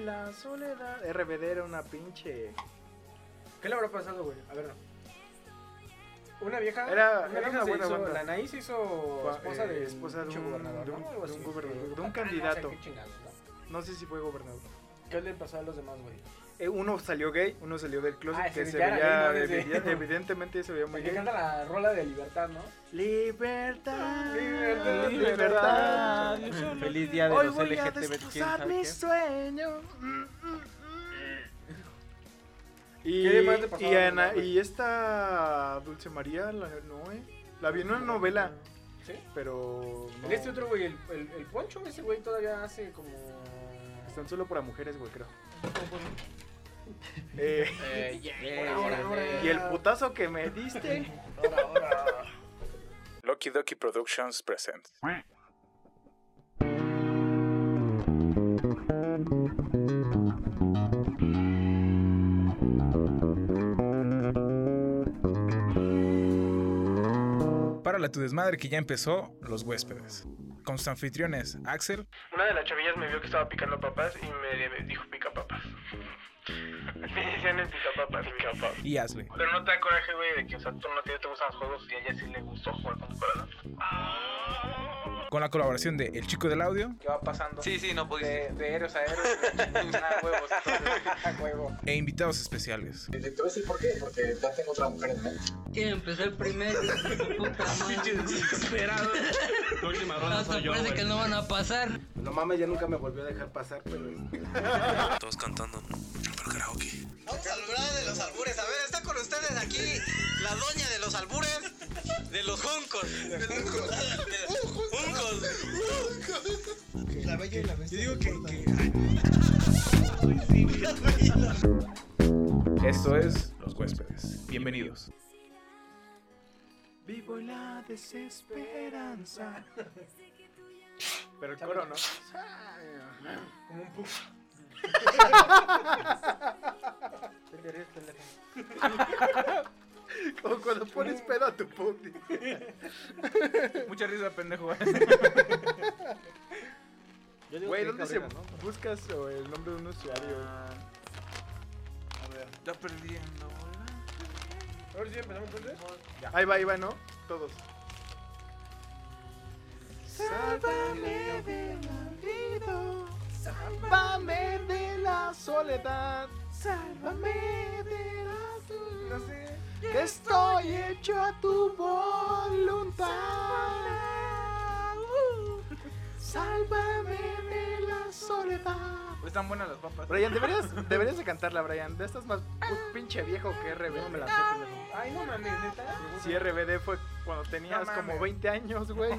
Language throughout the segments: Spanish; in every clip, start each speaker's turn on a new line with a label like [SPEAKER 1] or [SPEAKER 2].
[SPEAKER 1] la soledad. RBD era una pinche.
[SPEAKER 2] ¿Qué le habrá pasado, güey? A ver. Una vieja.
[SPEAKER 1] Era-
[SPEAKER 2] una
[SPEAKER 1] era
[SPEAKER 2] vieja
[SPEAKER 1] una
[SPEAKER 2] se
[SPEAKER 1] buena
[SPEAKER 2] hizo-
[SPEAKER 1] banda.
[SPEAKER 2] La Anaí se hizo
[SPEAKER 1] Fue,
[SPEAKER 2] esposa,
[SPEAKER 1] eh,
[SPEAKER 2] de,
[SPEAKER 1] esposa de
[SPEAKER 2] pinche
[SPEAKER 1] un-
[SPEAKER 2] gobernador,
[SPEAKER 1] de
[SPEAKER 2] ¿no?
[SPEAKER 1] un-
[SPEAKER 2] Algo
[SPEAKER 1] de un
[SPEAKER 2] así,
[SPEAKER 1] gobernador, de un
[SPEAKER 2] Yucatán,
[SPEAKER 1] candidato.
[SPEAKER 2] No sé qué, chingados, ¿no?
[SPEAKER 1] No sé si fue gobernador.
[SPEAKER 2] ¿Qué le pasó a los demás, güey?
[SPEAKER 1] Eh, uno salió gay, uno salió del closet,
[SPEAKER 2] Ah,
[SPEAKER 1] que
[SPEAKER 2] se
[SPEAKER 1] se
[SPEAKER 2] veía
[SPEAKER 1] veía,
[SPEAKER 2] gay, ¿no? Desde-
[SPEAKER 1] evidente- evidentemente se veía muy
[SPEAKER 2] El que
[SPEAKER 1] gay.
[SPEAKER 2] canta la rola de libertad, ¿no?
[SPEAKER 1] Libertad,
[SPEAKER 2] Libertad,
[SPEAKER 1] libertad.
[SPEAKER 3] libertad.
[SPEAKER 1] Yo solo
[SPEAKER 3] Feliz día de
[SPEAKER 1] Hoy
[SPEAKER 3] los
[SPEAKER 1] voy a
[SPEAKER 3] LGBT, ¿quién
[SPEAKER 1] destrozar
[SPEAKER 3] sabe
[SPEAKER 1] mis
[SPEAKER 3] qué?
[SPEAKER 1] sueños. Mm, mm, mm. Y,
[SPEAKER 2] ¿Qué más le pasaba
[SPEAKER 1] y,
[SPEAKER 2] a la
[SPEAKER 1] Ana-
[SPEAKER 2] novela?
[SPEAKER 1] y esta Dulce María, la, no, eh. La vi en una novela,
[SPEAKER 2] ¿Sí?
[SPEAKER 1] pero. No.
[SPEAKER 2] En este otro, güey, el, el, el poncho, ese güey todavía hace como.
[SPEAKER 1] Están solo para mujeres, güey, creo. Eh,
[SPEAKER 2] Eh,
[SPEAKER 3] Eh,
[SPEAKER 2] ahora,
[SPEAKER 3] eh,
[SPEAKER 2] ahora.
[SPEAKER 1] y el putazo que me diste.
[SPEAKER 2] Ahora, ahora.
[SPEAKER 4] Loki Doki Productions presents. Para tu desmadre que ya empezó, los huéspedes. Con sus anfitriones, Axel.
[SPEAKER 5] Una de las chavillas me vio que estaba picando papas y me dijo pica papas. Me decían el pica papas.
[SPEAKER 4] Y Ashley.
[SPEAKER 5] Pero no te da coraje, güey, de que o sea, tú no te, te gustan los juegos y a ella sí le gustó jugar con tu corazón.
[SPEAKER 4] Con la colaboración de El Chico del Audio
[SPEAKER 2] ¿Qué va pasando?
[SPEAKER 3] Sí, sí, no pudiste.
[SPEAKER 2] De, de héroes a héroes. Ah, huevos. entonces, ah, huevo.
[SPEAKER 4] e invitados especiales.
[SPEAKER 6] Te voy a decir por qué, porque ya tengo otra mujer en mente.
[SPEAKER 7] Quiere empezar primero. Puta madre.
[SPEAKER 3] La última ronda
[SPEAKER 7] Hasta
[SPEAKER 3] soy yo,
[SPEAKER 7] parece
[SPEAKER 3] güey.
[SPEAKER 7] que no van a pasar.
[SPEAKER 1] No mames, ya nunca me volvió a dejar pasar, pero.
[SPEAKER 8] Todos cantando. Pero karaoke.
[SPEAKER 9] Vamos al programa de los albures. A ver, está con ustedes aquí la doña de los albures, de los juncos. De los juncos. La bella y la bestia. Yo digo que.
[SPEAKER 4] Esto es Los Huéspedes. Bienvenidos.
[SPEAKER 1] Vivo la desesperanza. Pero el coro no.
[SPEAKER 2] Como un puff. Penderes, penderes.
[SPEAKER 1] Como cuando pones pedo a tu puti.
[SPEAKER 4] Mucha risa, pendejo.
[SPEAKER 2] Yo digo
[SPEAKER 1] Güey,
[SPEAKER 2] que
[SPEAKER 1] ¿dónde se
[SPEAKER 2] Cabrera, ¿no?
[SPEAKER 1] buscas o el nombre de un usuario?
[SPEAKER 2] Ah.
[SPEAKER 3] Está perdiendo, güey.
[SPEAKER 2] A ver si empezamos entonces.
[SPEAKER 1] Ahí va, ahí va, ¿no? Todos. Sálvame del olvido, sálvame de la soledad, sálvame de la soledad.
[SPEAKER 2] No sé.
[SPEAKER 1] Estoy hecho a tu voluntad. Sálvame de la soledad.
[SPEAKER 3] Están buenas las papas.
[SPEAKER 1] Brian, deberías, deberías de cantarla, Brian. De estas más pu- pinche viejo que RBD. No me la sé, pendejo.
[SPEAKER 2] Ay, no mames, neta.
[SPEAKER 1] Si RBD fue cuando tenías
[SPEAKER 2] No mames.
[SPEAKER 1] como 20 años, güey.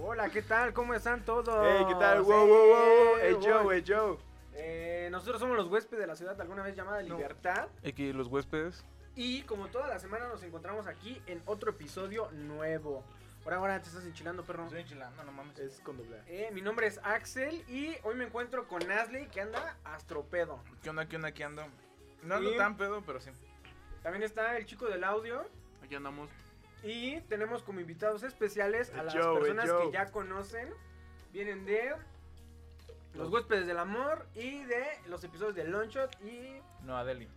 [SPEAKER 2] Hola, ¿qué tal? ¿Cómo están todos?
[SPEAKER 1] Ey, ¿qué tal? Wow, wow, wow, wow. Ey, Joe, ey, Joe.
[SPEAKER 2] Eh, nosotros somos los huéspedes de la ciudad alguna vez llamada
[SPEAKER 1] No.
[SPEAKER 2] Libertad.
[SPEAKER 3] Aquí los huéspedes.
[SPEAKER 2] Y como toda la semana nos encontramos aquí en otro episodio nuevo. Ahora, ahora te estás enchilando, perro.
[SPEAKER 3] Estoy enchilando, no mames.
[SPEAKER 1] Es con doble A.
[SPEAKER 2] Eh, mi nombre es Axel y hoy me encuentro con Asley que anda astropedo.
[SPEAKER 3] ¿Qué onda, qué onda, qué ando? No ando
[SPEAKER 2] Y-
[SPEAKER 3] tan pedo, pero sí.
[SPEAKER 2] También está el chico del audio
[SPEAKER 3] Aquí andamos.
[SPEAKER 2] y tenemos como invitados especiales a
[SPEAKER 1] El
[SPEAKER 2] las
[SPEAKER 1] Joe, el
[SPEAKER 2] personas que
[SPEAKER 1] Joe.
[SPEAKER 2] ya conocen. Vienen de Los huéspedes del amor y de los episodios de Longshot y
[SPEAKER 3] No, Adeli.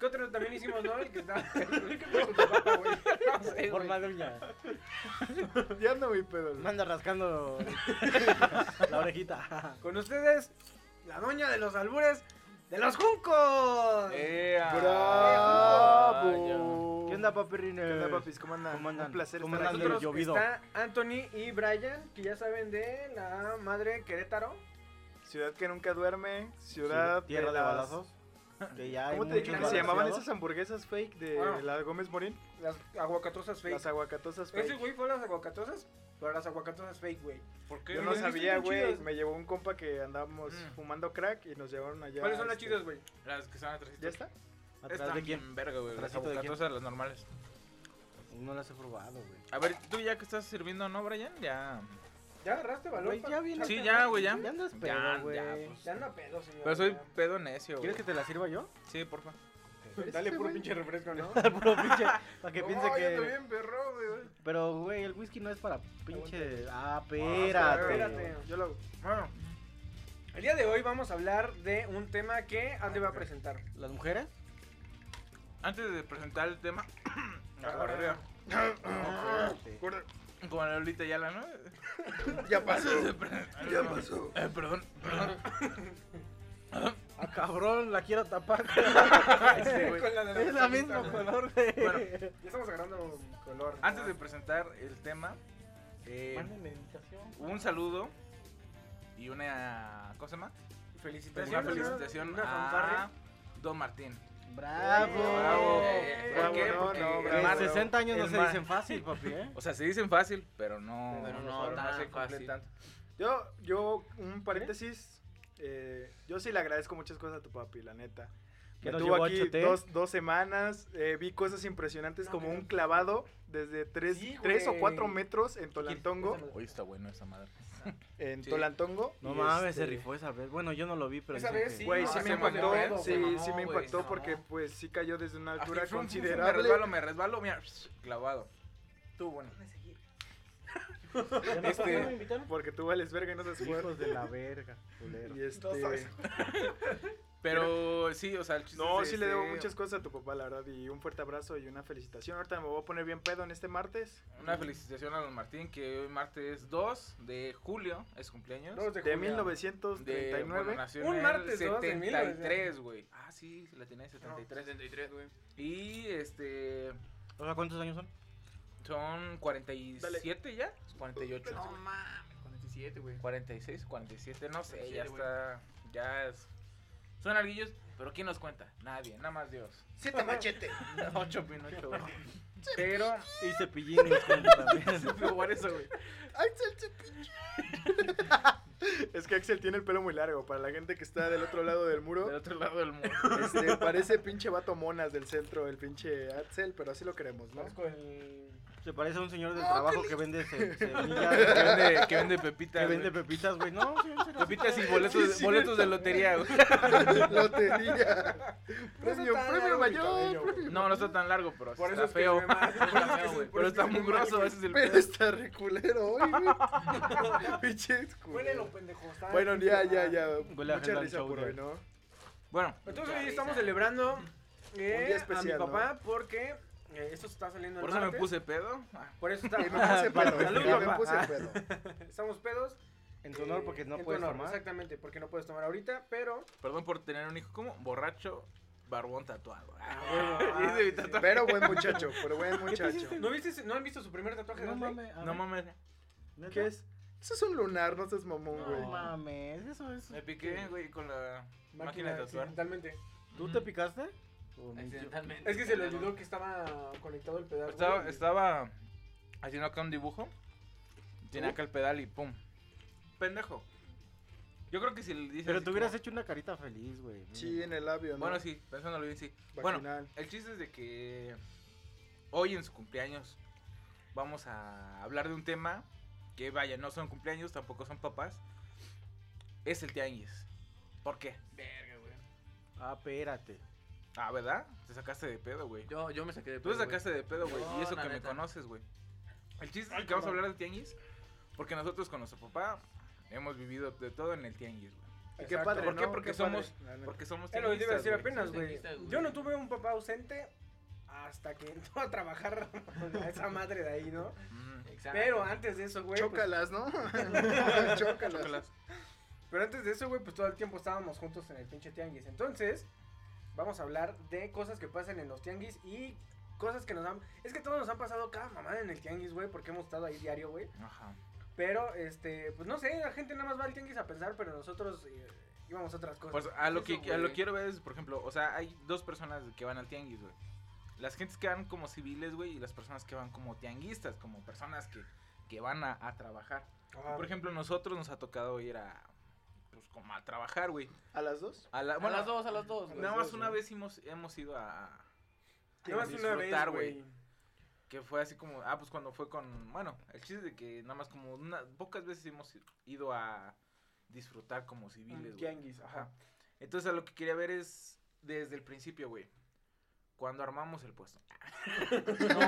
[SPEAKER 2] ¿Qué otro también hicimos, no? El que está. ¿Qué fue con tu papá, güey? No sé, güey.
[SPEAKER 9] doña.
[SPEAKER 1] Ya no mi pedo. güey.
[SPEAKER 9] Manda rascando la orejita.
[SPEAKER 2] Con ustedes, la doña de los albures de los juncos.
[SPEAKER 3] Eh,
[SPEAKER 1] ¡Bravo!
[SPEAKER 9] Ah, ¿Qué onda, paperrines?
[SPEAKER 1] ¿Qué onda, papis? ¿Cómo andan?
[SPEAKER 9] ¿Cómo andan?
[SPEAKER 1] Un placer
[SPEAKER 9] ¿Cómo
[SPEAKER 1] estar
[SPEAKER 2] Con
[SPEAKER 9] andan?
[SPEAKER 1] aquí.
[SPEAKER 2] nosotros
[SPEAKER 9] llovido.
[SPEAKER 2] está Anthony y Brian, que ya saben de la madre Querétaro.
[SPEAKER 1] Ciudad que nunca duerme, ciudad
[SPEAKER 9] Tierra de
[SPEAKER 1] las-
[SPEAKER 9] balazos. Que ya hay
[SPEAKER 1] ¿Cómo te
[SPEAKER 9] muchos
[SPEAKER 1] dije que se llamaban
[SPEAKER 9] balanceados.
[SPEAKER 1] esas hamburguesas fake de
[SPEAKER 2] Bueno.
[SPEAKER 1] la Gómez Morín?
[SPEAKER 2] Las aguacatosas fake.
[SPEAKER 1] Las aguacatosas
[SPEAKER 2] Ese
[SPEAKER 1] fake.
[SPEAKER 2] güey fue a las aguacatosas, pero las aguacatosas fake, güey.
[SPEAKER 3] ¿Por qué?
[SPEAKER 1] Yo no
[SPEAKER 3] güey?
[SPEAKER 1] sabía,
[SPEAKER 2] están
[SPEAKER 1] güey.
[SPEAKER 2] chidas.
[SPEAKER 1] Me llevó un compa que andábamos
[SPEAKER 3] Mm.
[SPEAKER 1] fumando crack y nos llevaron allá.
[SPEAKER 2] ¿Cuáles son las
[SPEAKER 1] este,
[SPEAKER 2] chidas, güey?
[SPEAKER 3] Las que están atrás.
[SPEAKER 1] ¿Ya está?
[SPEAKER 9] ¿Atrás de quién?
[SPEAKER 3] Verga, güey. Las
[SPEAKER 9] ¿Atrásito de quién?
[SPEAKER 3] aguacatosas, las normales.
[SPEAKER 9] No las he probado, güey.
[SPEAKER 3] A ver, tú ya que estás sirviendo, ¿no, Brian? Ya.
[SPEAKER 2] ¿Ya agarraste valor?
[SPEAKER 9] Güey,
[SPEAKER 2] pa-
[SPEAKER 9] ya viene.
[SPEAKER 3] Sí, ya, güey, ya.
[SPEAKER 9] Ya andas pedo,
[SPEAKER 3] Ya,
[SPEAKER 9] güey.
[SPEAKER 3] ya, pues.
[SPEAKER 2] Ya anda pedo, señor.
[SPEAKER 3] Pero soy
[SPEAKER 2] ya.
[SPEAKER 3] pedo necio, güey.
[SPEAKER 9] ¿Quieres que te la sirva yo?
[SPEAKER 3] Sí, porfa.
[SPEAKER 2] Dale puro pinche refresco, ¿no?
[SPEAKER 9] Puro pinche. Para que piense que.
[SPEAKER 2] perro, güey.
[SPEAKER 9] Pero, güey, el whisky no es para pinche. Ah, espérate.
[SPEAKER 2] Espérate.
[SPEAKER 1] Yo lo hago.
[SPEAKER 3] Bueno.
[SPEAKER 2] El día de hoy vamos a hablar de un tema que Andy va a presentar.
[SPEAKER 10] ¿Las mujeres?
[SPEAKER 3] Antes de presentar el tema, Ah,
[SPEAKER 1] Ahora,
[SPEAKER 3] como la Lolita Yala, ¿no?
[SPEAKER 1] ya pasó.
[SPEAKER 3] Antes de presentar-
[SPEAKER 1] Ya pasó.
[SPEAKER 3] Eh, perdón, perdón.
[SPEAKER 10] Ah, cabrón, la quiero tapar.
[SPEAKER 3] Este, güey.
[SPEAKER 2] Con la
[SPEAKER 10] es la misma color, güey.
[SPEAKER 3] Bueno.
[SPEAKER 2] Ya estamos agarrando color.
[SPEAKER 3] Antes de presentar el tema, eh,
[SPEAKER 10] Mándenme invitación.
[SPEAKER 3] un saludo y una. ¿Cómo se llama? Una
[SPEAKER 2] Felicitaciones. Ah, Pues
[SPEAKER 3] felicitación
[SPEAKER 2] Una Ah.
[SPEAKER 3] a
[SPEAKER 2] fanfarria.
[SPEAKER 3] Don Martín.
[SPEAKER 10] Bravo.
[SPEAKER 3] Bravo.
[SPEAKER 10] Eh,
[SPEAKER 3] ¿Por qué?
[SPEAKER 1] no,
[SPEAKER 3] Porque
[SPEAKER 1] no,
[SPEAKER 3] el
[SPEAKER 1] bravo.
[SPEAKER 10] en
[SPEAKER 3] mar-
[SPEAKER 10] 60 años no
[SPEAKER 3] el
[SPEAKER 10] se
[SPEAKER 3] mar-
[SPEAKER 10] dicen fácil, papi, ¿eh?
[SPEAKER 3] O sea, se dicen fácil, pero no.
[SPEAKER 10] Pero
[SPEAKER 3] no,
[SPEAKER 10] no tan
[SPEAKER 3] se cumplen
[SPEAKER 10] fácil.
[SPEAKER 3] tanto.
[SPEAKER 1] Yo, yo, un paréntesis. eh, yo sí le agradezco muchas cosas a tu papi, la neta.
[SPEAKER 10] Que
[SPEAKER 1] Que
[SPEAKER 10] nos
[SPEAKER 1] tuvo
[SPEAKER 10] llevó a
[SPEAKER 1] aquí
[SPEAKER 10] Choté.
[SPEAKER 1] dos, dos semanas. eh, vi cosas impresionantes
[SPEAKER 2] No,
[SPEAKER 1] como
[SPEAKER 2] que-
[SPEAKER 1] un clavado desde tres,
[SPEAKER 2] Sí, güey.
[SPEAKER 1] tres o cuatro metros en Tolantongo.
[SPEAKER 3] Hoy está bueno esa madre.
[SPEAKER 1] En
[SPEAKER 3] Sí.
[SPEAKER 1] Tolantongo.
[SPEAKER 10] No
[SPEAKER 1] y
[SPEAKER 10] mames, se
[SPEAKER 1] este,
[SPEAKER 10] rifó esa vez. Bueno, yo no lo vi, pero.
[SPEAKER 2] Esa
[SPEAKER 10] dicen
[SPEAKER 2] vez
[SPEAKER 10] que-
[SPEAKER 2] sí.
[SPEAKER 1] Güey,
[SPEAKER 3] No,
[SPEAKER 1] sí
[SPEAKER 3] se
[SPEAKER 1] me impactó.
[SPEAKER 3] mamó,
[SPEAKER 1] Sí,
[SPEAKER 2] se mamó,
[SPEAKER 1] sí me
[SPEAKER 2] güey,
[SPEAKER 1] impactó
[SPEAKER 2] se
[SPEAKER 1] porque
[SPEAKER 2] mamó.
[SPEAKER 1] pues sí cayó desde una
[SPEAKER 3] Aquí,
[SPEAKER 1] altura
[SPEAKER 3] fum, fum, fum, Me
[SPEAKER 1] considerable.
[SPEAKER 3] resbalo, me resbalo, mira, clavado. Tú, bueno.
[SPEAKER 10] ¿Ya no-
[SPEAKER 3] Este-
[SPEAKER 10] ya no me invitaron?
[SPEAKER 1] Porque tú vales verga y no sabes jugar.
[SPEAKER 10] Hijos de la verga, culero.
[SPEAKER 1] Y este,
[SPEAKER 3] Pero sí, o sea, el chiste
[SPEAKER 1] no,
[SPEAKER 3] es
[SPEAKER 1] sí le debo
[SPEAKER 3] este,
[SPEAKER 1] muchas cosas a tu papá, la verdad. Y un fuerte abrazo y una felicitación. Ahorita me voy a poner bien pedo en este martes.
[SPEAKER 3] Una felicitación a Don Martín, que hoy martes 2 de julio es su cumpleaños.
[SPEAKER 2] Dos
[SPEAKER 1] De
[SPEAKER 2] julio.
[SPEAKER 1] 1939.
[SPEAKER 3] De, bueno, nació
[SPEAKER 2] Un
[SPEAKER 3] en el
[SPEAKER 2] martes, dos de
[SPEAKER 3] 73, güey. Ah, sí, la tenía en 73.
[SPEAKER 2] 73, güey.
[SPEAKER 3] Y este.
[SPEAKER 10] O sea, ¿cuántos años son?
[SPEAKER 3] Son 47 ya. 48.
[SPEAKER 2] No mames, 47, güey.
[SPEAKER 3] 46, 47, no sé, ya
[SPEAKER 2] 47, güey.
[SPEAKER 3] está. Ya es. Son arguillos, pero ¿quién nos cuenta? Nadie, nada más Dios.
[SPEAKER 9] Siete machete.
[SPEAKER 3] 8 Pinocho, güey. Pero.
[SPEAKER 10] Y cepillín nos cuenta también.
[SPEAKER 3] Por eso, güey.
[SPEAKER 1] Es que Axel tiene el pelo muy largo. Para la gente que está del otro lado del
[SPEAKER 3] Del
[SPEAKER 1] muro,
[SPEAKER 3] otro lado del mundo.
[SPEAKER 1] este, parece pinche vato monas del centro, el pinche Axel, pero así lo queremos, ¿no?
[SPEAKER 2] Parezco el.
[SPEAKER 10] Se parece a un señor del trabajo que vende se- semillas.
[SPEAKER 3] Que vende, que vende pepitas.
[SPEAKER 10] Que vende
[SPEAKER 3] güey.
[SPEAKER 10] pepitas, güey. No, sí, en serio.
[SPEAKER 3] pepitas y boletos,
[SPEAKER 1] Sí, sí,
[SPEAKER 3] boletos de lotería, güey.
[SPEAKER 1] Lotería. Premio,
[SPEAKER 2] está
[SPEAKER 1] premio
[SPEAKER 2] largo mi cabello,
[SPEAKER 1] mayor.
[SPEAKER 2] güey.
[SPEAKER 3] No, no está tan largo, pero
[SPEAKER 2] Por
[SPEAKER 3] Por
[SPEAKER 2] eso
[SPEAKER 3] está
[SPEAKER 2] es que
[SPEAKER 3] feo.
[SPEAKER 2] se ve mal,
[SPEAKER 3] Está
[SPEAKER 2] por eso es que
[SPEAKER 3] feo,
[SPEAKER 2] se-
[SPEAKER 3] güey,
[SPEAKER 2] por
[SPEAKER 3] Pero
[SPEAKER 2] eso
[SPEAKER 3] está
[SPEAKER 2] es que se ve
[SPEAKER 3] mugroso,
[SPEAKER 2] mal,
[SPEAKER 3] ese es el
[SPEAKER 1] Pero
[SPEAKER 3] pedo.
[SPEAKER 1] está reculero hoy, güey. Pinche
[SPEAKER 2] Huélelo,
[SPEAKER 1] culero.
[SPEAKER 2] pendejo. está
[SPEAKER 1] Bueno,
[SPEAKER 2] pinche
[SPEAKER 1] ya,
[SPEAKER 2] mal.
[SPEAKER 1] ya, ya.
[SPEAKER 10] Huele a
[SPEAKER 1] Mucha
[SPEAKER 10] Headland
[SPEAKER 1] risa por
[SPEAKER 10] Shoulder.
[SPEAKER 1] hoy, ¿no?
[SPEAKER 3] Bueno,
[SPEAKER 2] Entonces hoy estamos celebrando eh,
[SPEAKER 1] Un día especial,
[SPEAKER 2] a mi papá porque eh, esto está saliendo el
[SPEAKER 3] por eso me
[SPEAKER 2] martes.
[SPEAKER 3] puse pedo. Ah,
[SPEAKER 2] Por eso
[SPEAKER 1] Y me puse
[SPEAKER 2] está.
[SPEAKER 1] pedo.
[SPEAKER 2] Salud,
[SPEAKER 1] y me
[SPEAKER 2] papá.
[SPEAKER 1] puse
[SPEAKER 2] Ah.
[SPEAKER 1] pedo.
[SPEAKER 2] Estamos pedos.
[SPEAKER 10] En tu honor,
[SPEAKER 2] eh,
[SPEAKER 10] porque no
[SPEAKER 2] en tu
[SPEAKER 10] puedes
[SPEAKER 2] honor,
[SPEAKER 10] tomar.
[SPEAKER 2] Exactamente, porque no puedes tomar ahorita, pero.
[SPEAKER 3] Perdón por tener un hijo como borracho, barbón tatuado. Ah,
[SPEAKER 2] huevo, ah,
[SPEAKER 3] ese mi
[SPEAKER 2] sí.
[SPEAKER 3] tatuaje.
[SPEAKER 1] Pero buen muchacho, pero buen muchacho.
[SPEAKER 2] ¿No, viste, ese- ¿No han visto su primer tatuaje?
[SPEAKER 10] No
[SPEAKER 2] Dante?
[SPEAKER 10] mames. a
[SPEAKER 3] No
[SPEAKER 10] ver,
[SPEAKER 3] mames,
[SPEAKER 10] ¿neta?
[SPEAKER 1] ¿Qué es? Eso es un lunar, no seas mamón, güey.
[SPEAKER 10] No mames, eso es.
[SPEAKER 3] me piqué, güey, con la máquina
[SPEAKER 2] Máquina
[SPEAKER 3] de tatuar.
[SPEAKER 2] accidentalmente.
[SPEAKER 10] ¿Tú
[SPEAKER 3] Ujú.
[SPEAKER 10] te picaste? ¿O ni yo?
[SPEAKER 2] Es que se le olvidó que estaba conectado el pedal.
[SPEAKER 3] Estaba,
[SPEAKER 2] güey.
[SPEAKER 3] estaba haciendo acá un dibujo. Tiene acá el pedal y pum. Pendejo. Yo creo que si le dices.
[SPEAKER 10] Pero
[SPEAKER 3] así
[SPEAKER 10] tú hubieras
[SPEAKER 3] como-
[SPEAKER 10] hecho una carita feliz, güey.
[SPEAKER 1] Sí, en el labio, ¿no?
[SPEAKER 3] Bueno, sí, pensándolo bien, sí. Bueno,
[SPEAKER 1] Vaginal.
[SPEAKER 3] El chiste es de que hoy en su cumpleaños vamos a hablar de un tema que vaya, no son cumpleaños, tampoco son papás. Es el tianguis. ¿Por qué?
[SPEAKER 10] Ah, espérate.
[SPEAKER 3] Ah, ¿verdad? Te sacaste de pedo, güey.
[SPEAKER 10] Yo, yo me saqué de
[SPEAKER 3] Tú te sacaste de pedo, güey. y
[SPEAKER 10] No,
[SPEAKER 3] eso
[SPEAKER 10] la
[SPEAKER 3] que me
[SPEAKER 10] neta.
[SPEAKER 3] conoces, güey. El chiste es que vamos a hablar del tianguis porque nosotros con nuestro papá hemos vivido de todo en el tianguis, güey.
[SPEAKER 1] Y qué
[SPEAKER 2] Exacto.
[SPEAKER 1] padre,
[SPEAKER 3] ¿Por qué?
[SPEAKER 1] ¿no?
[SPEAKER 3] Porque
[SPEAKER 1] Qué padre,
[SPEAKER 3] somos-
[SPEAKER 1] la neta.
[SPEAKER 3] Porque somos
[SPEAKER 2] Es lo que te iba a decir
[SPEAKER 3] güey.
[SPEAKER 2] apenas, güey. Yo no tuve un papá ausente hasta que entró a trabajar a esa madre de ahí, ¿no?
[SPEAKER 3] Mm.
[SPEAKER 2] Pero antes de eso, güey. pues,
[SPEAKER 1] Chócalas, ¿no? Chócalas.
[SPEAKER 3] Chócalas.
[SPEAKER 2] Pero antes de eso, güey, pues todo el tiempo estábamos juntos en el pinche tianguis. Entonces, vamos a hablar de cosas que pasan en los tianguis y cosas que nos han... Es que todos nos han pasado cada mamada en el tianguis, güey, porque hemos estado ahí diario, güey.
[SPEAKER 3] Ajá.
[SPEAKER 2] Pero, este, pues no sé, la gente nada más va al tianguis a pensar, pero nosotros eh, íbamos a otras cosas.
[SPEAKER 3] Pues, a lo que
[SPEAKER 2] Eso,
[SPEAKER 3] a lo
[SPEAKER 2] güey.
[SPEAKER 3] quiero ver es, por ejemplo, o sea, hay dos personas que van al tianguis, güey. Las gentes que van como civiles, güey, y las personas que van como tianguistas, como personas que, que van a, a trabajar.
[SPEAKER 2] Ajá.
[SPEAKER 3] Por ejemplo, nosotros nos ha tocado ir a pues como a trabajar, güey.
[SPEAKER 1] ¿A las dos?
[SPEAKER 3] A, la- bueno,
[SPEAKER 10] las dos, a las dos.
[SPEAKER 1] güey.
[SPEAKER 3] Pues Nada
[SPEAKER 1] las
[SPEAKER 3] más
[SPEAKER 1] dos,
[SPEAKER 3] una
[SPEAKER 1] güey.
[SPEAKER 3] vez hemos, hemos ido a
[SPEAKER 2] Nada más una vez,
[SPEAKER 3] disfrutar,
[SPEAKER 2] güey.
[SPEAKER 3] que fue así como, ah, pues cuando fue con, bueno, el chiste de que nada más como una, pocas veces hemos ido a disfrutar como civiles,
[SPEAKER 2] Un
[SPEAKER 3] güey.
[SPEAKER 2] Mm, tianguis, ajá.
[SPEAKER 3] Ajá. Entonces, a lo que quería ver es desde el principio, güey. cuando armamos el puesto.
[SPEAKER 2] No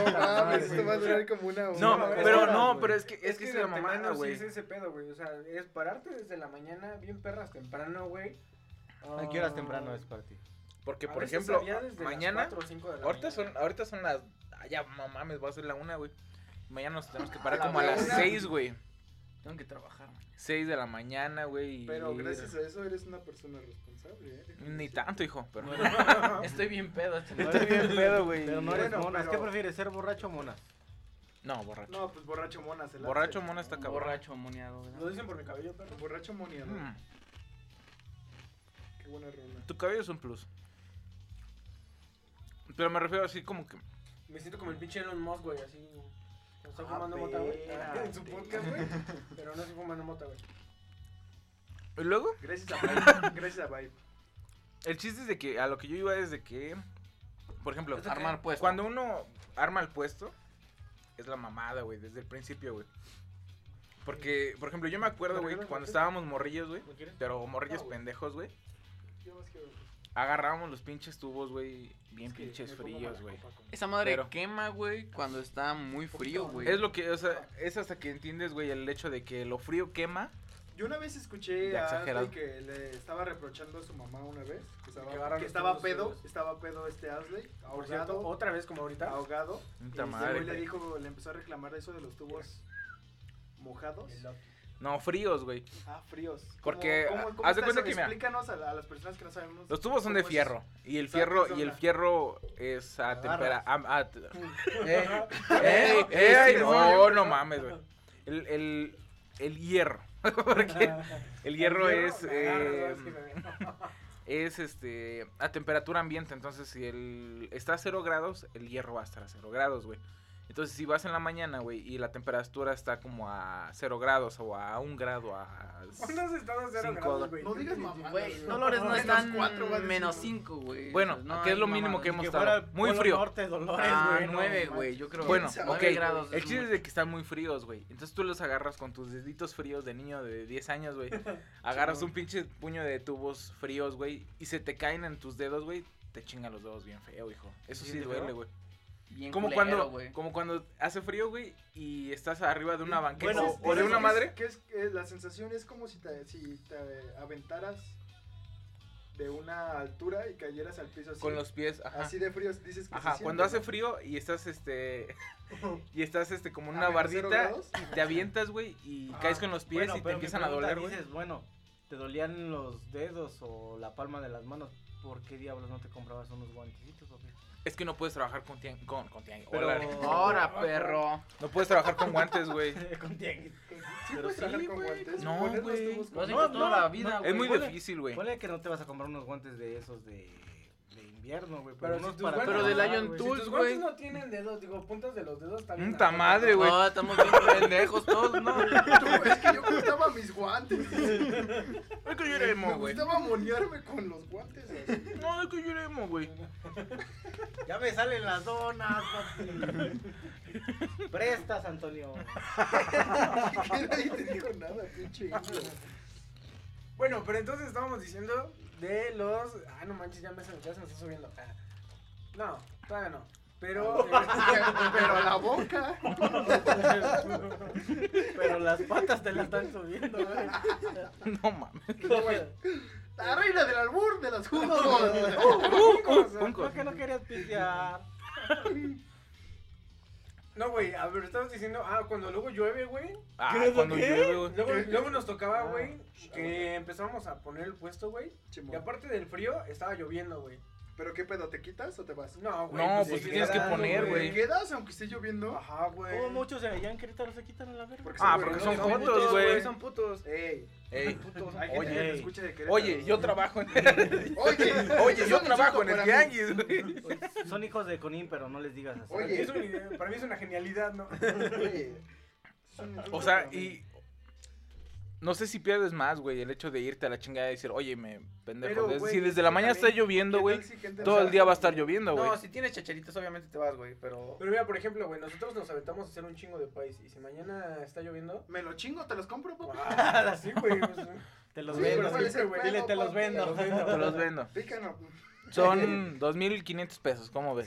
[SPEAKER 2] mames,
[SPEAKER 11] esto va a durar como una hora.
[SPEAKER 3] No,
[SPEAKER 2] güey.
[SPEAKER 3] pero no, pero es que es, que, es
[SPEAKER 2] de
[SPEAKER 3] la mamada,
[SPEAKER 2] temprano sí
[SPEAKER 3] güey.
[SPEAKER 2] es ese pedo, güey. O sea, es pararte desde la mañana, bien perras temprano, güey.
[SPEAKER 10] ¿A qué horas temprano es para ti?
[SPEAKER 3] Porque,
[SPEAKER 2] A
[SPEAKER 3] por
[SPEAKER 2] veces
[SPEAKER 3] ejemplo,
[SPEAKER 2] había desde las
[SPEAKER 3] mañana.
[SPEAKER 2] cuatro o cinco de la
[SPEAKER 3] ahorita,
[SPEAKER 2] mañana.
[SPEAKER 3] Son, ahorita son las. ah, ya, no mames, va a ser la una, güey. Mañana nos tenemos que parar
[SPEAKER 2] la
[SPEAKER 3] como a las
[SPEAKER 2] una.
[SPEAKER 3] seis, güey.
[SPEAKER 2] Tengo que trabajar.
[SPEAKER 3] 6 de la mañana, güey. y-
[SPEAKER 11] Pero gracias a eso eres una persona responsable, ¿eh?
[SPEAKER 3] Ni tanto, hijo, pero.
[SPEAKER 11] Estoy bien pedo.
[SPEAKER 12] este
[SPEAKER 10] Estoy bien pedo, güey.
[SPEAKER 11] Pero
[SPEAKER 10] Pero
[SPEAKER 11] no
[SPEAKER 10] no
[SPEAKER 11] eres
[SPEAKER 10] eres
[SPEAKER 11] Bueno, mona.
[SPEAKER 10] mona.
[SPEAKER 11] pero-
[SPEAKER 10] ¿Qué prefieres, ser borracho o mona?
[SPEAKER 3] No, borracho.
[SPEAKER 1] No, pues borracho mona se la
[SPEAKER 3] Borracho
[SPEAKER 1] hace.
[SPEAKER 3] mona está cabrón.
[SPEAKER 11] Borracho moneado, ¿verdad?
[SPEAKER 2] Lo dicen por mi cabello, perro.
[SPEAKER 1] Borracho moniador.
[SPEAKER 3] Mm,
[SPEAKER 1] Qué buena rola.
[SPEAKER 3] tu cabello es un plus. Pero me refiero así como que.
[SPEAKER 2] Me siento como el pinche Elon Musk, güey, así. cuando Está
[SPEAKER 1] Ah,
[SPEAKER 2] fumando mota, güey.
[SPEAKER 1] espérate.
[SPEAKER 2] En su podcast, güey. Pero no estoy fumando mota, güey.
[SPEAKER 3] ¿Y luego?
[SPEAKER 1] Gracias a Vibe. gracias a Vibe.
[SPEAKER 3] El chiste es de que a lo que yo iba es de que, por ejemplo,
[SPEAKER 2] ¿Esto qué? Armar
[SPEAKER 3] puesto. Cuando uno arma el puesto, es la mamada, güey, desde el principio, güey. Porque, por ejemplo, yo me acuerdo, güey, que cuando estábamos morrillos, güey, pero morrillos pendejos, güey,
[SPEAKER 1] Yo más quiero.
[SPEAKER 3] agarrábamos los pinches tubos, güey, bien
[SPEAKER 1] Es que
[SPEAKER 3] pinches
[SPEAKER 1] me pongo
[SPEAKER 3] fríos,
[SPEAKER 1] mala
[SPEAKER 3] güey.
[SPEAKER 1] copa, como-
[SPEAKER 12] Esa madre
[SPEAKER 3] Pero-
[SPEAKER 12] quema, güey, cuando está muy frío, güey.
[SPEAKER 3] Es lo que, o sea, es hasta que entiendes, güey, el hecho de que lo frío quema.
[SPEAKER 1] Yo una vez escuché
[SPEAKER 3] Ya
[SPEAKER 1] a
[SPEAKER 3] exagerado.
[SPEAKER 1] Asley que le estaba reprochando a su mamá una vez. Que
[SPEAKER 2] Que
[SPEAKER 1] estaba,
[SPEAKER 2] agarra
[SPEAKER 1] que
[SPEAKER 2] los
[SPEAKER 1] estaba
[SPEAKER 2] tubos
[SPEAKER 1] pedo,
[SPEAKER 2] fríos.
[SPEAKER 1] estaba pedo este Asley,
[SPEAKER 2] Por cierto,
[SPEAKER 1] ahogado,
[SPEAKER 2] otra vez como ahorita.
[SPEAKER 1] ahogado. Y
[SPEAKER 3] Puta
[SPEAKER 1] ese
[SPEAKER 3] madre,
[SPEAKER 1] güey le
[SPEAKER 3] güey.
[SPEAKER 1] dijo, le empezó a reclamar eso de los tubos mojados.
[SPEAKER 3] No, fríos, güey.
[SPEAKER 1] Ah, fríos. ¿Cómo-
[SPEAKER 3] Porque,
[SPEAKER 1] cómo-
[SPEAKER 3] ah,
[SPEAKER 1] cómo
[SPEAKER 3] haz de
[SPEAKER 1] está
[SPEAKER 3] cuenta
[SPEAKER 1] eso?
[SPEAKER 3] que, mira,
[SPEAKER 1] Explícanos a, la- a las personas que no sabemos.
[SPEAKER 3] Los tubos son de
[SPEAKER 1] cómo es
[SPEAKER 3] fierro y el
[SPEAKER 1] Exacto,
[SPEAKER 3] fierro
[SPEAKER 1] son
[SPEAKER 3] y el
[SPEAKER 1] la-
[SPEAKER 3] fierro es a temperatura.
[SPEAKER 10] Agarras.
[SPEAKER 3] Eh,
[SPEAKER 10] Eh,
[SPEAKER 3] eh,
[SPEAKER 10] eh,
[SPEAKER 3] ay,
[SPEAKER 10] sí,
[SPEAKER 3] no,
[SPEAKER 10] no.
[SPEAKER 3] no mames, güey. El, el, el hierro. Porque el hierro es. eh, es este. a temperatura ambiente. Entonces, si el. está a 0 grados, el hierro va a estar a 0 grados, güey. Entonces, si vas en la mañana, güey, y la temperatura está como a 0 grados o a 1 grado, a.
[SPEAKER 2] ¿Cuántos estados a cero
[SPEAKER 3] Cinco
[SPEAKER 2] grados,
[SPEAKER 3] dólares.
[SPEAKER 2] güey?
[SPEAKER 11] No digas mamadas,
[SPEAKER 12] Güey,
[SPEAKER 11] güey.
[SPEAKER 12] Dolores no
[SPEAKER 11] Menos
[SPEAKER 12] están
[SPEAKER 11] cuatro, va a decir,
[SPEAKER 12] menos
[SPEAKER 11] güey.
[SPEAKER 12] 5, güey.
[SPEAKER 3] Bueno,
[SPEAKER 12] O sea, no
[SPEAKER 3] que es
[SPEAKER 12] hay
[SPEAKER 3] lo mínimo
[SPEAKER 12] mamadas.
[SPEAKER 3] que hemos
[SPEAKER 10] que
[SPEAKER 3] estado.
[SPEAKER 10] fuera
[SPEAKER 3] Muy
[SPEAKER 10] Polo
[SPEAKER 3] frío.
[SPEAKER 10] Norte, Dolores,
[SPEAKER 12] Ah,
[SPEAKER 10] güey, no
[SPEAKER 12] nueve,
[SPEAKER 10] manches.
[SPEAKER 12] güey, yo creo.
[SPEAKER 3] Bueno,
[SPEAKER 12] que
[SPEAKER 3] ok.
[SPEAKER 12] nueve grados.
[SPEAKER 3] El
[SPEAKER 12] es
[SPEAKER 3] chiste es
[SPEAKER 12] mucho.
[SPEAKER 3] de que están muy fríos, güey. Entonces tú los agarras con tus deditos fríos de niño de 10 años, güey. Agarras un pinche puño de tubos fríos, güey. Y se te caen en tus dedos, güey. Te chingan los dedos bien feo, hijo. Eso
[SPEAKER 12] ¿Sí
[SPEAKER 3] sí
[SPEAKER 12] te
[SPEAKER 3] duele,
[SPEAKER 12] feo?
[SPEAKER 3] güey.
[SPEAKER 12] Bien
[SPEAKER 3] Como
[SPEAKER 12] culero,
[SPEAKER 3] cuando,
[SPEAKER 12] güey.
[SPEAKER 3] como cuando hace frío, güey, y estás arriba de una banqueta
[SPEAKER 11] Bueno,
[SPEAKER 3] o- o de
[SPEAKER 11] dices
[SPEAKER 3] una
[SPEAKER 11] que
[SPEAKER 3] madre.
[SPEAKER 1] Que pues, este es, que la sensación es como si te, si te aventaras de una altura y cayeras al piso así.
[SPEAKER 3] Con los pies, ajá.
[SPEAKER 1] Así de fríos, dices que
[SPEAKER 3] Ajá,
[SPEAKER 1] se
[SPEAKER 3] cuando
[SPEAKER 1] siente,
[SPEAKER 3] hace frío y estás este
[SPEAKER 1] ¿no?
[SPEAKER 3] y estás este como en
[SPEAKER 1] ¿A
[SPEAKER 3] una
[SPEAKER 1] menos cero
[SPEAKER 3] bardita
[SPEAKER 1] grados?
[SPEAKER 3] y te avientas, güey, y
[SPEAKER 10] Ah,
[SPEAKER 3] caes con los pies
[SPEAKER 10] bueno,
[SPEAKER 3] y te
[SPEAKER 10] pero mi
[SPEAKER 3] empiezan a
[SPEAKER 10] pregunta,
[SPEAKER 3] doler, güey.
[SPEAKER 10] Dices, bueno, te dolían los dedos o la palma de las manos. ¿Por qué diablos no te comprabas unos guantecitos, papi?
[SPEAKER 3] Es que no puedes trabajar con tiang- con, con tiang-
[SPEAKER 10] Pero-
[SPEAKER 3] hola.
[SPEAKER 12] Ahora, perro.
[SPEAKER 3] No puedes trabajar con guantes, güey.
[SPEAKER 10] Con tianguis.
[SPEAKER 1] Puedes trabajar con guantes,
[SPEAKER 3] No,
[SPEAKER 1] poner los
[SPEAKER 3] güey.
[SPEAKER 1] tubos
[SPEAKER 12] Lo
[SPEAKER 1] con-
[SPEAKER 12] has hecho toda la vida, güey.
[SPEAKER 3] Es muy
[SPEAKER 10] Ponle-
[SPEAKER 3] difícil, güey.
[SPEAKER 10] Ponle que no te vas a comprar unos guantes de esos de, de invierno, güey.
[SPEAKER 2] Pero,
[SPEAKER 10] Pero,
[SPEAKER 2] si
[SPEAKER 10] unos
[SPEAKER 2] tus
[SPEAKER 10] para
[SPEAKER 2] guantes-
[SPEAKER 12] Pero de
[SPEAKER 10] trabajar,
[SPEAKER 12] Lion
[SPEAKER 10] güey.
[SPEAKER 2] Si
[SPEAKER 12] Tools,
[SPEAKER 2] tus guantes
[SPEAKER 12] güey.
[SPEAKER 2] no tienen dedos, digo, puntas de los dedos también. Ah,
[SPEAKER 3] Puta madre, güey.
[SPEAKER 12] No, estamos bien pendejos todos, ¿no?
[SPEAKER 1] Es que yo cortaba mis guantes.
[SPEAKER 3] Es que yo era
[SPEAKER 1] Me
[SPEAKER 3] emo, güey.
[SPEAKER 1] gustaba monearme con los guantes. así.
[SPEAKER 3] No, es que yo era emo, güey.
[SPEAKER 10] Ya me salen las donas, papi. Prestas, Antonio.
[SPEAKER 1] Que nadie te dijo nada, pinche indio.
[SPEAKER 2] Bueno, pero entonces estábamos diciendo de los. Ah, no manches, ya, me, ya se me está subiendo. Ah, No, todavía no. Pero. eh,
[SPEAKER 1] Pero la boca.
[SPEAKER 10] Pero las patas te las están subiendo, güey.
[SPEAKER 3] No mames.
[SPEAKER 1] La reina del albur de los jugos.
[SPEAKER 10] ¿Por qué no querías pisear?
[SPEAKER 2] No, güey, a ver, estabas diciendo. Ah, cuando luego llueve, güey.
[SPEAKER 3] Ah,
[SPEAKER 10] ¿Crees
[SPEAKER 3] cuando
[SPEAKER 10] qué?
[SPEAKER 3] llueve, güey.
[SPEAKER 2] Luego, luego nos tocaba,
[SPEAKER 10] Ah.
[SPEAKER 2] güey, que empezábamos a poner el puesto, güey. Y aparte del frío, estaba lloviendo, güey.
[SPEAKER 1] Pero qué pedo, ¿te quitas o te vas?
[SPEAKER 2] No, güey.
[SPEAKER 3] No, pues
[SPEAKER 2] te
[SPEAKER 3] tienes que
[SPEAKER 2] quedas,
[SPEAKER 3] poner,
[SPEAKER 1] ¿Te
[SPEAKER 3] güey.
[SPEAKER 1] quedas aunque esté lloviendo?
[SPEAKER 2] Ajá, güey.
[SPEAKER 10] Como muchos de allá en Querétaro se quitan a la verga.
[SPEAKER 1] Porque
[SPEAKER 3] Ah,
[SPEAKER 1] son
[SPEAKER 3] porque
[SPEAKER 1] güeyes,
[SPEAKER 3] son
[SPEAKER 1] son
[SPEAKER 3] juntos, güey.
[SPEAKER 2] Son putos.
[SPEAKER 1] Ey,
[SPEAKER 3] Ey.
[SPEAKER 1] hay gente
[SPEAKER 3] Oye.
[SPEAKER 1] que te escucha de Querétaro.
[SPEAKER 3] Oye, yo trabajo en
[SPEAKER 1] Oye,
[SPEAKER 3] Oye,
[SPEAKER 1] es
[SPEAKER 3] yo
[SPEAKER 1] un insulto
[SPEAKER 3] trabajo en el
[SPEAKER 1] para mí.
[SPEAKER 3] tianguis, güey.
[SPEAKER 10] Son hijos de Conín, pero no les digas así.
[SPEAKER 2] Para mí
[SPEAKER 1] Oye.
[SPEAKER 2] es una idea- para mí es una genialidad, ¿no?
[SPEAKER 1] Oye, es un insulto
[SPEAKER 3] O sea,
[SPEAKER 1] para mí.
[SPEAKER 3] y no sé si pierdes más, güey, el hecho de irte a la chingada y decir, "Oye, me pendejo,
[SPEAKER 1] Pero,
[SPEAKER 3] des-
[SPEAKER 1] güey,
[SPEAKER 3] si desde la mañana está
[SPEAKER 1] también, ¿Qué
[SPEAKER 3] lloviendo,
[SPEAKER 1] tal
[SPEAKER 3] güey,
[SPEAKER 1] si gente
[SPEAKER 3] todo
[SPEAKER 1] no
[SPEAKER 3] el
[SPEAKER 1] sabe?
[SPEAKER 3] día va a estar lloviendo, güey."
[SPEAKER 12] No, si tienes chacharitas, obviamente te vas, güey, pero...
[SPEAKER 2] Pero mira, por ejemplo, güey, nosotros nos aventamos a hacer un chingo de país. Y si mañana está lloviendo.
[SPEAKER 1] Me lo chingo, te los compro, papá.
[SPEAKER 2] Ah, sí, güey. pues,
[SPEAKER 10] Te los
[SPEAKER 1] Sí,
[SPEAKER 10] vendo.
[SPEAKER 1] pero ¿cuál es el
[SPEAKER 10] Dile,
[SPEAKER 1] pedo,
[SPEAKER 10] te los
[SPEAKER 1] papi?
[SPEAKER 10] vendo.
[SPEAKER 1] Te los vendo.
[SPEAKER 3] Te los vendo.
[SPEAKER 1] Pícanos.
[SPEAKER 3] Son 2.500 pesos, ¿cómo ves?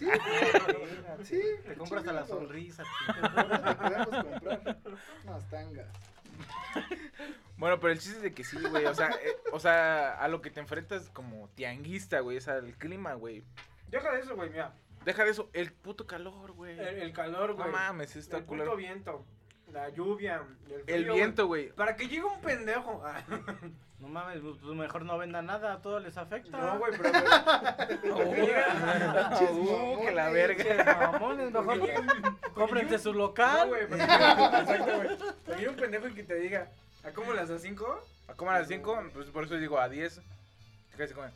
[SPEAKER 1] Sí,
[SPEAKER 10] Te compras hasta la sonrisa.
[SPEAKER 1] Ahora te podemos comprar unas tangas.
[SPEAKER 3] Bueno, pero el chiste es de que sí, güey. O sea, eh, o sea, a lo que te enfrentas como tianguista, güey, es al clima, güey.
[SPEAKER 2] Deja de eso, güey, mira.
[SPEAKER 3] Deja de eso, el puto calor, güey.
[SPEAKER 2] El, el calor, güey.
[SPEAKER 3] No mames, está
[SPEAKER 2] El
[SPEAKER 3] culero.
[SPEAKER 2] puto viento. La lluvia. El,
[SPEAKER 3] El
[SPEAKER 2] frío,
[SPEAKER 3] viento, güey.
[SPEAKER 2] Para que llegue un pendejo. Ah,
[SPEAKER 10] No mames, pues pues mejor no venda nada, a todos les afecta.
[SPEAKER 2] No, güey, pero.
[SPEAKER 3] Uh, que la verga.
[SPEAKER 10] Mamones, mejor cómprense su local.
[SPEAKER 2] güey, para que- Exacto, güey. Para que llegue un pendejo y que te diga, ¿a cómo las a cinco?
[SPEAKER 3] ¿A cómo a las 5? Pues por eso digo a 10. Fíjate cómo.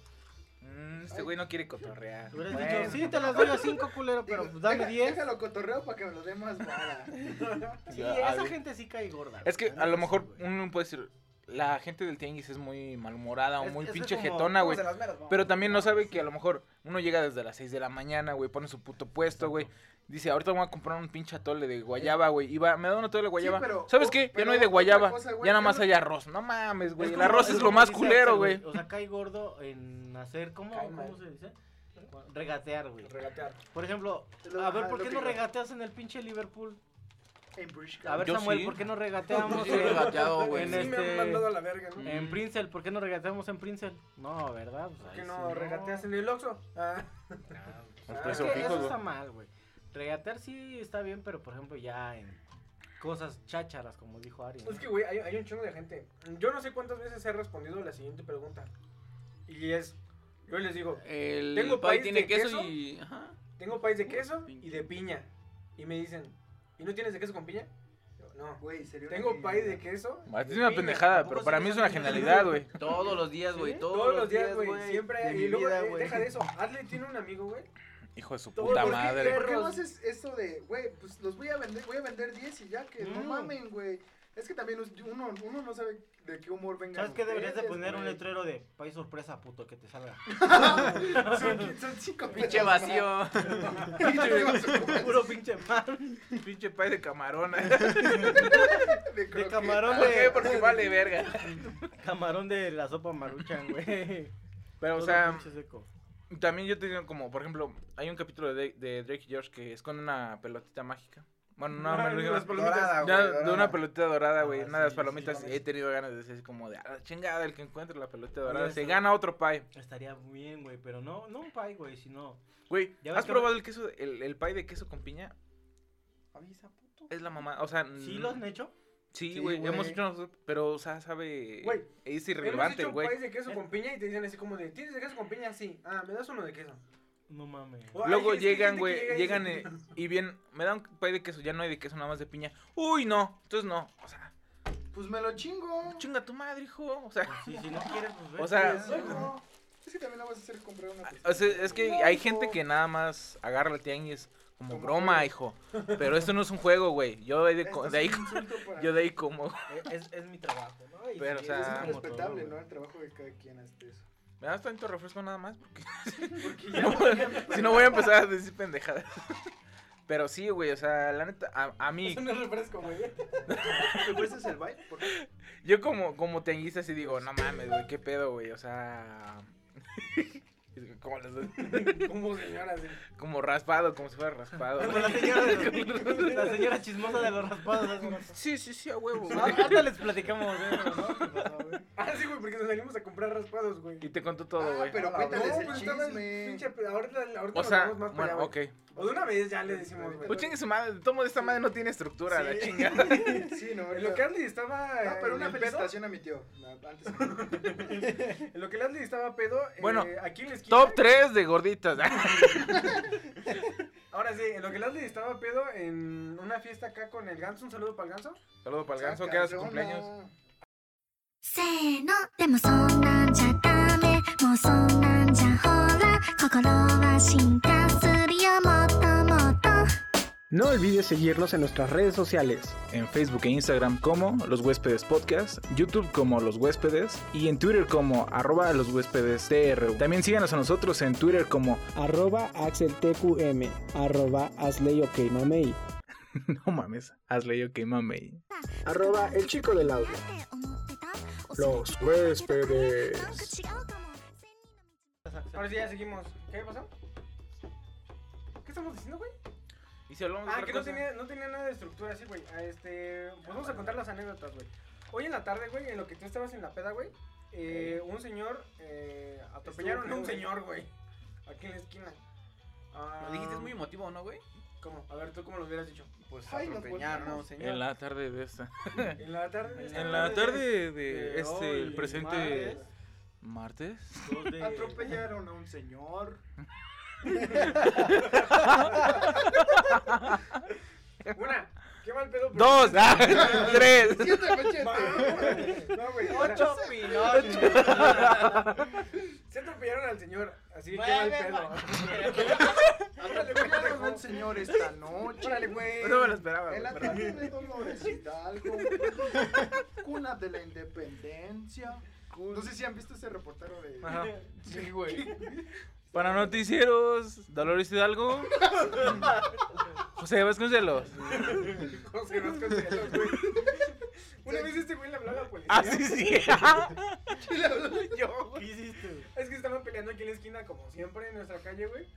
[SPEAKER 3] Mm, este güey no quiere cotorrear.
[SPEAKER 10] Hubieras
[SPEAKER 3] Bueno.
[SPEAKER 10] dicho, sí, te las doy a cinco, culero, pero pues dame
[SPEAKER 1] Deja-
[SPEAKER 10] 10.
[SPEAKER 1] Déjalo cotorreo para que me lo dé más vara.
[SPEAKER 10] Sí,
[SPEAKER 3] Ya, a
[SPEAKER 10] esa
[SPEAKER 3] ver.
[SPEAKER 10] gente sí cae gorda.
[SPEAKER 3] Es que
[SPEAKER 10] güey, la
[SPEAKER 3] a lo
[SPEAKER 10] neta,
[SPEAKER 3] mejor
[SPEAKER 10] sí, güey.
[SPEAKER 3] uno puede decir, la gente del tianguis es muy malhumorada o
[SPEAKER 10] Es-
[SPEAKER 3] muy
[SPEAKER 10] es que
[SPEAKER 3] pinche
[SPEAKER 10] como-
[SPEAKER 3] jetona,
[SPEAKER 10] como
[SPEAKER 3] güey.
[SPEAKER 10] se las meras, no.
[SPEAKER 3] Pero también no sabe que a lo mejor uno llega desde las 6 de la mañana, güey, pone su puto puesto, güey. Dice, ahorita voy a comprar un pinche atole de guayaba, güey. Y va, me da una atole de guayaba.
[SPEAKER 1] pero-
[SPEAKER 10] oh,
[SPEAKER 3] ¿Sabes
[SPEAKER 1] o-
[SPEAKER 3] qué? Ya
[SPEAKER 1] pero
[SPEAKER 3] no hay de
[SPEAKER 1] otra
[SPEAKER 3] guayaba.
[SPEAKER 1] cosa, güey,
[SPEAKER 3] ya nada
[SPEAKER 1] ya
[SPEAKER 3] más
[SPEAKER 1] no-
[SPEAKER 3] hay arroz. No mames, güey. El
[SPEAKER 10] como-
[SPEAKER 3] arroz es lo
[SPEAKER 10] que
[SPEAKER 3] más
[SPEAKER 10] dice
[SPEAKER 3] culero,
[SPEAKER 10] Axel,
[SPEAKER 3] güey.
[SPEAKER 10] O sea, cae gordo en hacer, ¿cómo,
[SPEAKER 2] Cae
[SPEAKER 10] ¿cómo
[SPEAKER 2] mal.
[SPEAKER 10] se dice? Regatear, güey.
[SPEAKER 2] Regatear.
[SPEAKER 10] Por ejemplo,
[SPEAKER 1] Lo-
[SPEAKER 10] a ver,
[SPEAKER 1] ajá,
[SPEAKER 10] ¿por
[SPEAKER 1] lo
[SPEAKER 10] qué
[SPEAKER 1] que
[SPEAKER 10] no
[SPEAKER 1] digo.
[SPEAKER 10] regateas en el pinche Liverpool?
[SPEAKER 1] En British
[SPEAKER 10] A ver,
[SPEAKER 3] Yo
[SPEAKER 10] Samuel,
[SPEAKER 3] sí.
[SPEAKER 10] ¿por qué no regateamos
[SPEAKER 12] Yo sí he
[SPEAKER 10] en-
[SPEAKER 12] regateado, güey.
[SPEAKER 10] en
[SPEAKER 2] Sí, me han
[SPEAKER 10] este-
[SPEAKER 2] mandado a la verga, ¿no?
[SPEAKER 10] En Princel, ¿por qué no regateamos en Princel? No, ¿verdad? Pues
[SPEAKER 2] ¿Por
[SPEAKER 10] ahí
[SPEAKER 2] qué
[SPEAKER 10] sí,
[SPEAKER 2] no regateas en el Oxxo? Ah.
[SPEAKER 3] Los
[SPEAKER 10] Ah,
[SPEAKER 3] precios
[SPEAKER 10] es que
[SPEAKER 3] Pues, fijos,
[SPEAKER 10] eso
[SPEAKER 3] güey.
[SPEAKER 10] está mal, güey. Regatear sí está bien, pero por ejemplo ya en cosas chácharas, como dijo Ari. ¿no?
[SPEAKER 2] Es que, güey, hay, hay un chingo de gente. Yo no sé cuántas veces he respondido la siguiente pregunta. Y es, yo les digo,
[SPEAKER 12] El
[SPEAKER 2] Tengo
[SPEAKER 12] pay
[SPEAKER 2] país
[SPEAKER 12] tiene
[SPEAKER 2] de
[SPEAKER 12] queso,
[SPEAKER 2] queso.
[SPEAKER 12] y. Ajá.
[SPEAKER 2] tengo país de queso y de piña. Y me dicen, ¿y no tienes de queso con piña? Yo, No.
[SPEAKER 1] Güey, sería una
[SPEAKER 2] Tengo país de
[SPEAKER 1] genialidad.
[SPEAKER 2] queso.
[SPEAKER 3] Ah,
[SPEAKER 2] y
[SPEAKER 3] Es
[SPEAKER 2] de
[SPEAKER 3] una
[SPEAKER 2] piña.
[SPEAKER 3] pendejada, pero
[SPEAKER 10] Tampoco
[SPEAKER 3] para
[SPEAKER 10] se
[SPEAKER 3] mí es
[SPEAKER 10] usan
[SPEAKER 3] una
[SPEAKER 10] tanto.
[SPEAKER 3] generalidad, güey.
[SPEAKER 12] Todos los días, güey. Todos,
[SPEAKER 2] Todos los días, güey.
[SPEAKER 12] de
[SPEAKER 2] Siempre.
[SPEAKER 12] mi
[SPEAKER 2] Y luego,
[SPEAKER 12] vida,
[SPEAKER 2] eh,
[SPEAKER 12] güey.
[SPEAKER 2] deja de eso. Adle tiene un amigo, güey.
[SPEAKER 3] Hijo de su
[SPEAKER 2] Todo
[SPEAKER 3] puta
[SPEAKER 2] porque
[SPEAKER 3] madre.
[SPEAKER 1] ¿Por qué no
[SPEAKER 2] Perros.
[SPEAKER 1] haces esto de, güey, pues los voy a vender, voy a vender 10 y ya que no
[SPEAKER 10] Mm.
[SPEAKER 1] mamen, güey? Es que también us- uno, uno no sabe de qué humor venga.
[SPEAKER 10] ¿Sabes qué? Deberías de poner un letrero de país sorpresa, puto, que te salga.
[SPEAKER 1] Son, son cinco
[SPEAKER 12] Pinche vacío.
[SPEAKER 10] Puro pinche mal.
[SPEAKER 3] Pinche pay de camarón.
[SPEAKER 10] De camarón
[SPEAKER 3] ¿Por qué?
[SPEAKER 10] de.
[SPEAKER 3] Porque vale verga.
[SPEAKER 10] Camarón de la sopa maruchan, güey.
[SPEAKER 3] Pero, o
[SPEAKER 10] Todo
[SPEAKER 3] sea,
[SPEAKER 10] pinche seco.
[SPEAKER 3] también yo te digo como, por ejemplo, hay un capítulo de, de Drake y Josh que esconde una pelotita mágica. Bueno, no,
[SPEAKER 2] Ah,
[SPEAKER 3] me lo
[SPEAKER 2] de
[SPEAKER 3] digo.
[SPEAKER 2] las palomitas.
[SPEAKER 3] Ya, de una pelotita dorada, güey.
[SPEAKER 10] Ah,
[SPEAKER 3] una de las
[SPEAKER 10] sí,
[SPEAKER 3] palomitas.
[SPEAKER 10] sí, mames.
[SPEAKER 3] he tenido ganas de decir como de, "Ah, chingada, el que encuentre la pelotita
[SPEAKER 10] Oye,
[SPEAKER 3] dorada se
[SPEAKER 10] eso-
[SPEAKER 3] gana otro pie.
[SPEAKER 10] Estaría bien, güey, pero no, no un pay, güey, sino.
[SPEAKER 3] Güey,
[SPEAKER 10] Ya ves
[SPEAKER 3] ¿has
[SPEAKER 10] que-
[SPEAKER 3] probado el queso, el, el pie de queso con piña?
[SPEAKER 1] Eh,
[SPEAKER 3] Es la mamá, o sea,
[SPEAKER 10] ¿Sí
[SPEAKER 3] mm,
[SPEAKER 10] lo han hecho?
[SPEAKER 3] sí,
[SPEAKER 1] Sí,
[SPEAKER 3] güey,
[SPEAKER 1] güey.
[SPEAKER 3] hemos hecho nosotros, pero, o sea, sabe,
[SPEAKER 2] Güey,
[SPEAKER 3] es
[SPEAKER 2] Hemos
[SPEAKER 3] irrelevante,
[SPEAKER 2] hecho
[SPEAKER 3] güey.
[SPEAKER 2] país de queso con piña y te dicen así como de, ¿tienes de queso con piña? Sí. Ah, ¿me das uno de queso?
[SPEAKER 10] No mames.
[SPEAKER 2] O hay
[SPEAKER 3] Luego
[SPEAKER 2] gente- hay
[SPEAKER 3] llegan,
[SPEAKER 2] gente que
[SPEAKER 3] güey,
[SPEAKER 2] llega y
[SPEAKER 3] llegan
[SPEAKER 2] dice-
[SPEAKER 3] eh, y bien, me dan un pay de queso, ya no hay de queso, nada más de piña. Uy, no, entonces no, o sea,
[SPEAKER 1] Pues me lo chingo.
[SPEAKER 3] chinga tu madre, hijo, o sea,
[SPEAKER 10] Sí, si no quieres, pues ve.
[SPEAKER 3] o sea,
[SPEAKER 1] Pues, luego. Es que también la vas a hacer comprar una
[SPEAKER 3] Ah, o
[SPEAKER 1] pesada.
[SPEAKER 3] sea, es que hay gente que nada más agarra el tianguis como
[SPEAKER 1] Como
[SPEAKER 3] broma,
[SPEAKER 1] juego.
[SPEAKER 3] hijo, pero esto no es un juego, güey, yo de, de,
[SPEAKER 1] Esto
[SPEAKER 3] co-
[SPEAKER 1] es
[SPEAKER 3] de ahí,
[SPEAKER 1] un insulto para-
[SPEAKER 3] yo de ahí como,
[SPEAKER 10] Es, es mi trabajo, ¿no? Y
[SPEAKER 3] Pero,
[SPEAKER 10] sí,
[SPEAKER 3] o sea,
[SPEAKER 10] es
[SPEAKER 1] Es muy
[SPEAKER 10] como todo,
[SPEAKER 1] respetable,
[SPEAKER 10] güey.
[SPEAKER 1] ¿no? El trabajo de cada quien hasta eso.
[SPEAKER 3] me das tanto refresco nada más, porque
[SPEAKER 1] Porque
[SPEAKER 3] Si no voy a- si no voy a empezar a decir pendejadas. Pero sí, güey, o sea, la neta, a, a mí,
[SPEAKER 1] Eso no es refresco, güey. ¿Te prestas el baile? ¿Por qué?
[SPEAKER 3] yo como, como tenguista sí digo, no mames, güey, qué pedo, güey, o sea... como, las dos-
[SPEAKER 2] Como señora, así.
[SPEAKER 3] como raspado, como si fuera raspado.
[SPEAKER 10] Como la señora, de los- la señora chismosa de los raspados. ¿no?
[SPEAKER 3] Sí, sí, sí, a huevo, güey.
[SPEAKER 12] Ah,
[SPEAKER 10] Ahorita les platicamos, ¿eh? ¿no? ¿Qué pasó, güey?
[SPEAKER 2] Ah, sí, güey, porque nos salimos a comprar raspados, güey.
[SPEAKER 3] Y te contó todo,
[SPEAKER 1] Ah,
[SPEAKER 3] güey.
[SPEAKER 1] pero
[SPEAKER 2] No,
[SPEAKER 1] cuéntales el
[SPEAKER 2] pues estaba el
[SPEAKER 1] chisme.
[SPEAKER 2] pinche- pero ahorita, ahorita
[SPEAKER 3] O
[SPEAKER 2] nos
[SPEAKER 3] sea,
[SPEAKER 2] vamos más para
[SPEAKER 3] bueno,
[SPEAKER 2] allá,
[SPEAKER 3] ok.
[SPEAKER 2] güey. O de una vez ya le decimos, güey.
[SPEAKER 3] Pues chingue su madre, de todo modo esta madre no tiene estructura, la
[SPEAKER 2] Sí.
[SPEAKER 3] chingada.
[SPEAKER 1] Sí, no,
[SPEAKER 2] En
[SPEAKER 1] ahorita-
[SPEAKER 2] lo que Andy estaba. eh,
[SPEAKER 1] No, pero
[SPEAKER 2] en
[SPEAKER 1] una
[SPEAKER 2] el pedo,
[SPEAKER 1] felicitación a mi tío. No, Antes.
[SPEAKER 2] En lo que Leslie estaba pedo, eh,
[SPEAKER 3] Bueno,
[SPEAKER 2] aquí en la esquina.
[SPEAKER 3] Top 3 de gorditas.
[SPEAKER 2] Ahora sí, en lo que Leslie estaba pedo en una fiesta acá con el ganso, un saludo para el ganso.
[SPEAKER 3] Saludo para el ganso, que era su cumpleaños.
[SPEAKER 13] せーのでもそんなんじゃダメもうそんなんじゃほら心は進化するよもっともっと
[SPEAKER 4] No olvides seguirnos en nuestras redes sociales. En Facebook e Instagram como Los Huéspedes Podcast, YouTube como Los Huéspedes y en Twitter como arroba los huéspedes TRU. También síganos a nosotros en Twitter como
[SPEAKER 14] arroba axeltqm, arroba hazleyokamamey,
[SPEAKER 4] No mames, hazle yo que mamey.
[SPEAKER 14] arroba el chico del audio. Los huéspedes.
[SPEAKER 2] Ahora sí, ya seguimos. ¿Qué pasó? ¿Qué estamos diciendo, güey?
[SPEAKER 3] Y si hablamos de
[SPEAKER 2] Ah,
[SPEAKER 3] otra
[SPEAKER 2] que no
[SPEAKER 3] cosa?
[SPEAKER 2] tenía, no tenía nada de estructura así, güey. Ah, Este, pues vamos a contar las anécdotas, güey. Hoy en la tarde, güey, en lo que tú estabas en la peda, güey, eh, un señor, eh, atropellaron a un
[SPEAKER 3] pedo, güey.
[SPEAKER 2] señor, güey. Aquí en la esquina. Ah,
[SPEAKER 11] Lo dijiste, es muy
[SPEAKER 3] emotivo, ¿no, güey?
[SPEAKER 2] ¿Cómo? A ver, ¿tú cómo lo hubieras dicho?
[SPEAKER 11] Pues
[SPEAKER 2] Ay, nos
[SPEAKER 11] atropellaron a un
[SPEAKER 2] volteamos.
[SPEAKER 11] señor.
[SPEAKER 3] En la tarde de esta.
[SPEAKER 2] En la tarde. de-
[SPEAKER 3] ¿eh? En la tarde
[SPEAKER 2] de
[SPEAKER 3] de este,
[SPEAKER 2] hoy,
[SPEAKER 3] el presente. ¿Martes?
[SPEAKER 1] Atropellaron a un señor.
[SPEAKER 2] Una, qué mal pedo. pero-
[SPEAKER 3] Dos, ah, tres.
[SPEAKER 2] Siete machetes. No, güey.
[SPEAKER 11] Ocho
[SPEAKER 2] ahora-
[SPEAKER 11] pinotes.
[SPEAKER 2] Se atropellaron al señor, así que mal
[SPEAKER 11] Nueve
[SPEAKER 2] pedo.
[SPEAKER 1] Atropellaron a un señor esta noche.
[SPEAKER 2] Órale, güey.
[SPEAKER 1] No
[SPEAKER 3] me lo esperaba,
[SPEAKER 1] En la
[SPEAKER 2] güey,
[SPEAKER 1] tarde de Dolores Hidalgo. Cuna de la Independencia. No sé si han visto ese reportero de.
[SPEAKER 3] Ajá.
[SPEAKER 1] Sí, güey.
[SPEAKER 3] Para noticieros, Dolores Hidalgo. José Vasconcelos.
[SPEAKER 2] José Vasconcelos, güey. Una vez este güey le habló a la policía.
[SPEAKER 3] Ah, sí, sí.
[SPEAKER 2] Sí, le habló yo, güey. Es que estaban peleando aquí en la esquina, como siempre, en nuestra calle, güey.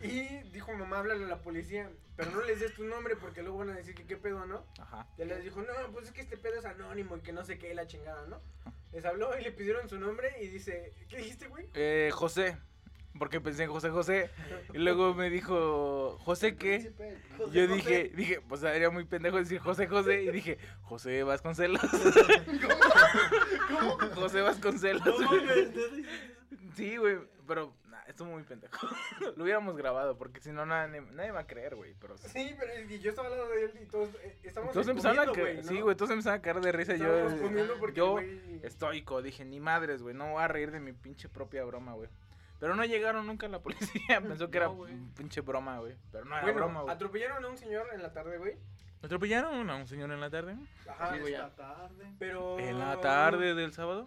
[SPEAKER 2] Y dijo, mamá, háblale a la policía. Pero no les des tu nombre porque luego van a decir que qué pedo, ¿no?
[SPEAKER 3] Ajá.
[SPEAKER 2] Ya les dijo, no, pues es que este pedo es anónimo y que no sé qué, y la chingada, ¿no? Les habló y le pidieron su nombre y dice, ¿qué dijiste, güey?
[SPEAKER 3] Eh, José. Porque pensé en José José. Y luego me dijo, ¿José qué?
[SPEAKER 2] José
[SPEAKER 3] Yo
[SPEAKER 2] José.
[SPEAKER 3] dije, dije, pues sería muy pendejo decir José José. Y dije, José Vasconcelos. José Vasconcelos. Sí, güey, pero nah, estuvo muy pendejo. Lo hubiéramos grabado porque si no nadie, nadie va a creer, güey. Pero sí.
[SPEAKER 2] Sí, pero es que yo estaba al lado de él y todos eh, estábamos
[SPEAKER 3] Entonces empezaron a
[SPEAKER 2] comiendo,
[SPEAKER 3] caer,
[SPEAKER 2] güey, ¿no?
[SPEAKER 3] sí, güey, entonces empezaron a caer de risa. Yo,
[SPEAKER 2] Estábamos comiendo porque,
[SPEAKER 3] yo
[SPEAKER 2] güey-
[SPEAKER 3] estoico, dije, ni madres, güey, no voy a reír de mi pinche propia broma, güey. Pero no llegaron nunca la policía, pensó que era pinche broma, güey. Pero no era
[SPEAKER 2] Bueno,
[SPEAKER 3] broma, güey.
[SPEAKER 2] atropellaron a un señor en la tarde, güey.
[SPEAKER 3] ¿Me atropellaron a un señor en la tarde?
[SPEAKER 2] Ajá,
[SPEAKER 12] "Ah,
[SPEAKER 3] Sí, güey,
[SPEAKER 2] esta
[SPEAKER 3] ya.
[SPEAKER 2] tarde. Pero.
[SPEAKER 3] ¿En la tarde del sábado?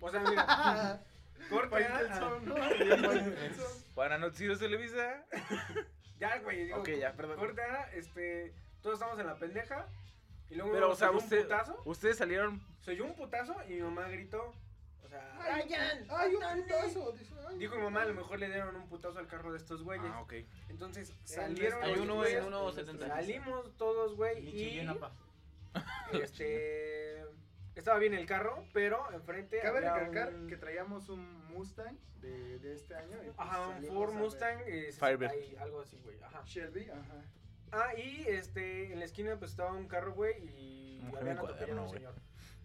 [SPEAKER 2] O sea, mira. corte.
[SPEAKER 1] Para el
[SPEAKER 2] ah.
[SPEAKER 1] son, Ah, ¿no?
[SPEAKER 3] Para Noticieros Televisa.
[SPEAKER 2] ya, güey. digo,
[SPEAKER 3] Ok, ya, perdón.
[SPEAKER 2] Corte, ah, este. Todos estamos en la pendeja. Y luego
[SPEAKER 3] Pero, o sea,
[SPEAKER 2] se oyó un
[SPEAKER 3] usted,
[SPEAKER 2] putazo.
[SPEAKER 3] ustedes salieron.
[SPEAKER 2] Se oyó un putazo y mi mamá gritó. O sea.
[SPEAKER 1] Brian, ¡Ay, un putazo! Dice, ay,
[SPEAKER 2] Dijo mi mamá, a lo mejor le dieron un putazo al carro de estos güeyes.
[SPEAKER 3] Ah, ok.
[SPEAKER 2] Entonces salieron.
[SPEAKER 12] Hay
[SPEAKER 2] los
[SPEAKER 12] uno
[SPEAKER 2] güeyes,
[SPEAKER 12] en 1.70.
[SPEAKER 2] Salimos todos, güey.
[SPEAKER 12] Y
[SPEAKER 2] Y.
[SPEAKER 12] Chillona, pa.
[SPEAKER 2] Este. Estaba bien el carro, pero enfrente.
[SPEAKER 1] Cabe
[SPEAKER 2] había
[SPEAKER 1] recalcar
[SPEAKER 2] un-
[SPEAKER 1] que traíamos un Mustang de, de este año. y pues
[SPEAKER 2] Ajá, un
[SPEAKER 1] salimos
[SPEAKER 2] Ford
[SPEAKER 1] a ver.
[SPEAKER 2] Mustang. eh,
[SPEAKER 3] Firebird.
[SPEAKER 2] ahí, algo así, güey. Ajá.
[SPEAKER 1] Shelby, ajá.
[SPEAKER 2] Ah, y este, en la esquina pues estaba un carro, güey, y
[SPEAKER 3] Un
[SPEAKER 2] habían
[SPEAKER 3] cuaderno,
[SPEAKER 2] atropellado a un
[SPEAKER 3] güey.
[SPEAKER 2] señor.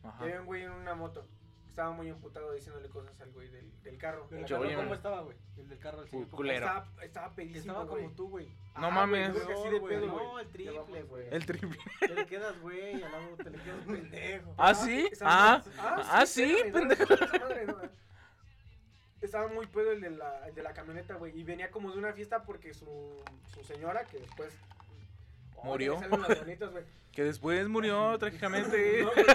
[SPEAKER 2] Y
[SPEAKER 3] Ajá.
[SPEAKER 2] había un güey en una moto. Estaba muy emputado diciéndole cosas al güey del, del carro.
[SPEAKER 10] Pero
[SPEAKER 2] El
[SPEAKER 10] el
[SPEAKER 3] Yo
[SPEAKER 10] carro,
[SPEAKER 2] carro
[SPEAKER 3] bien.
[SPEAKER 10] ¿cómo estaba, güey? El del carro del
[SPEAKER 3] Cu-
[SPEAKER 10] señor. ¿cómo
[SPEAKER 3] culero.
[SPEAKER 10] estaba?
[SPEAKER 2] Estaba, estaba pedísimo,
[SPEAKER 10] Estaba
[SPEAKER 2] güey.
[SPEAKER 10] como tú, güey.
[SPEAKER 3] No
[SPEAKER 2] Ajá,
[SPEAKER 3] mames.
[SPEAKER 2] güey, yo creo que así de
[SPEAKER 10] No, güey,
[SPEAKER 2] pedo,
[SPEAKER 10] no,
[SPEAKER 2] güey.
[SPEAKER 10] el triple, güey.
[SPEAKER 3] El triple.
[SPEAKER 10] Te le quedas, güey, al lado te le quedas pendejo.
[SPEAKER 3] ¿Ah, sí?
[SPEAKER 2] Estaba-
[SPEAKER 3] Ah, ah, sí,
[SPEAKER 2] espérame,
[SPEAKER 3] pendejo.
[SPEAKER 2] no, esa madre, no. Estaba muy pedo el de la, el de la camioneta, güey. Y venía como de una fiesta porque su, su señora, que después. Oh,
[SPEAKER 3] Murió.
[SPEAKER 2] me salen las bonitas, güey.
[SPEAKER 3] Que después murió trágicamente.
[SPEAKER 10] No, güey.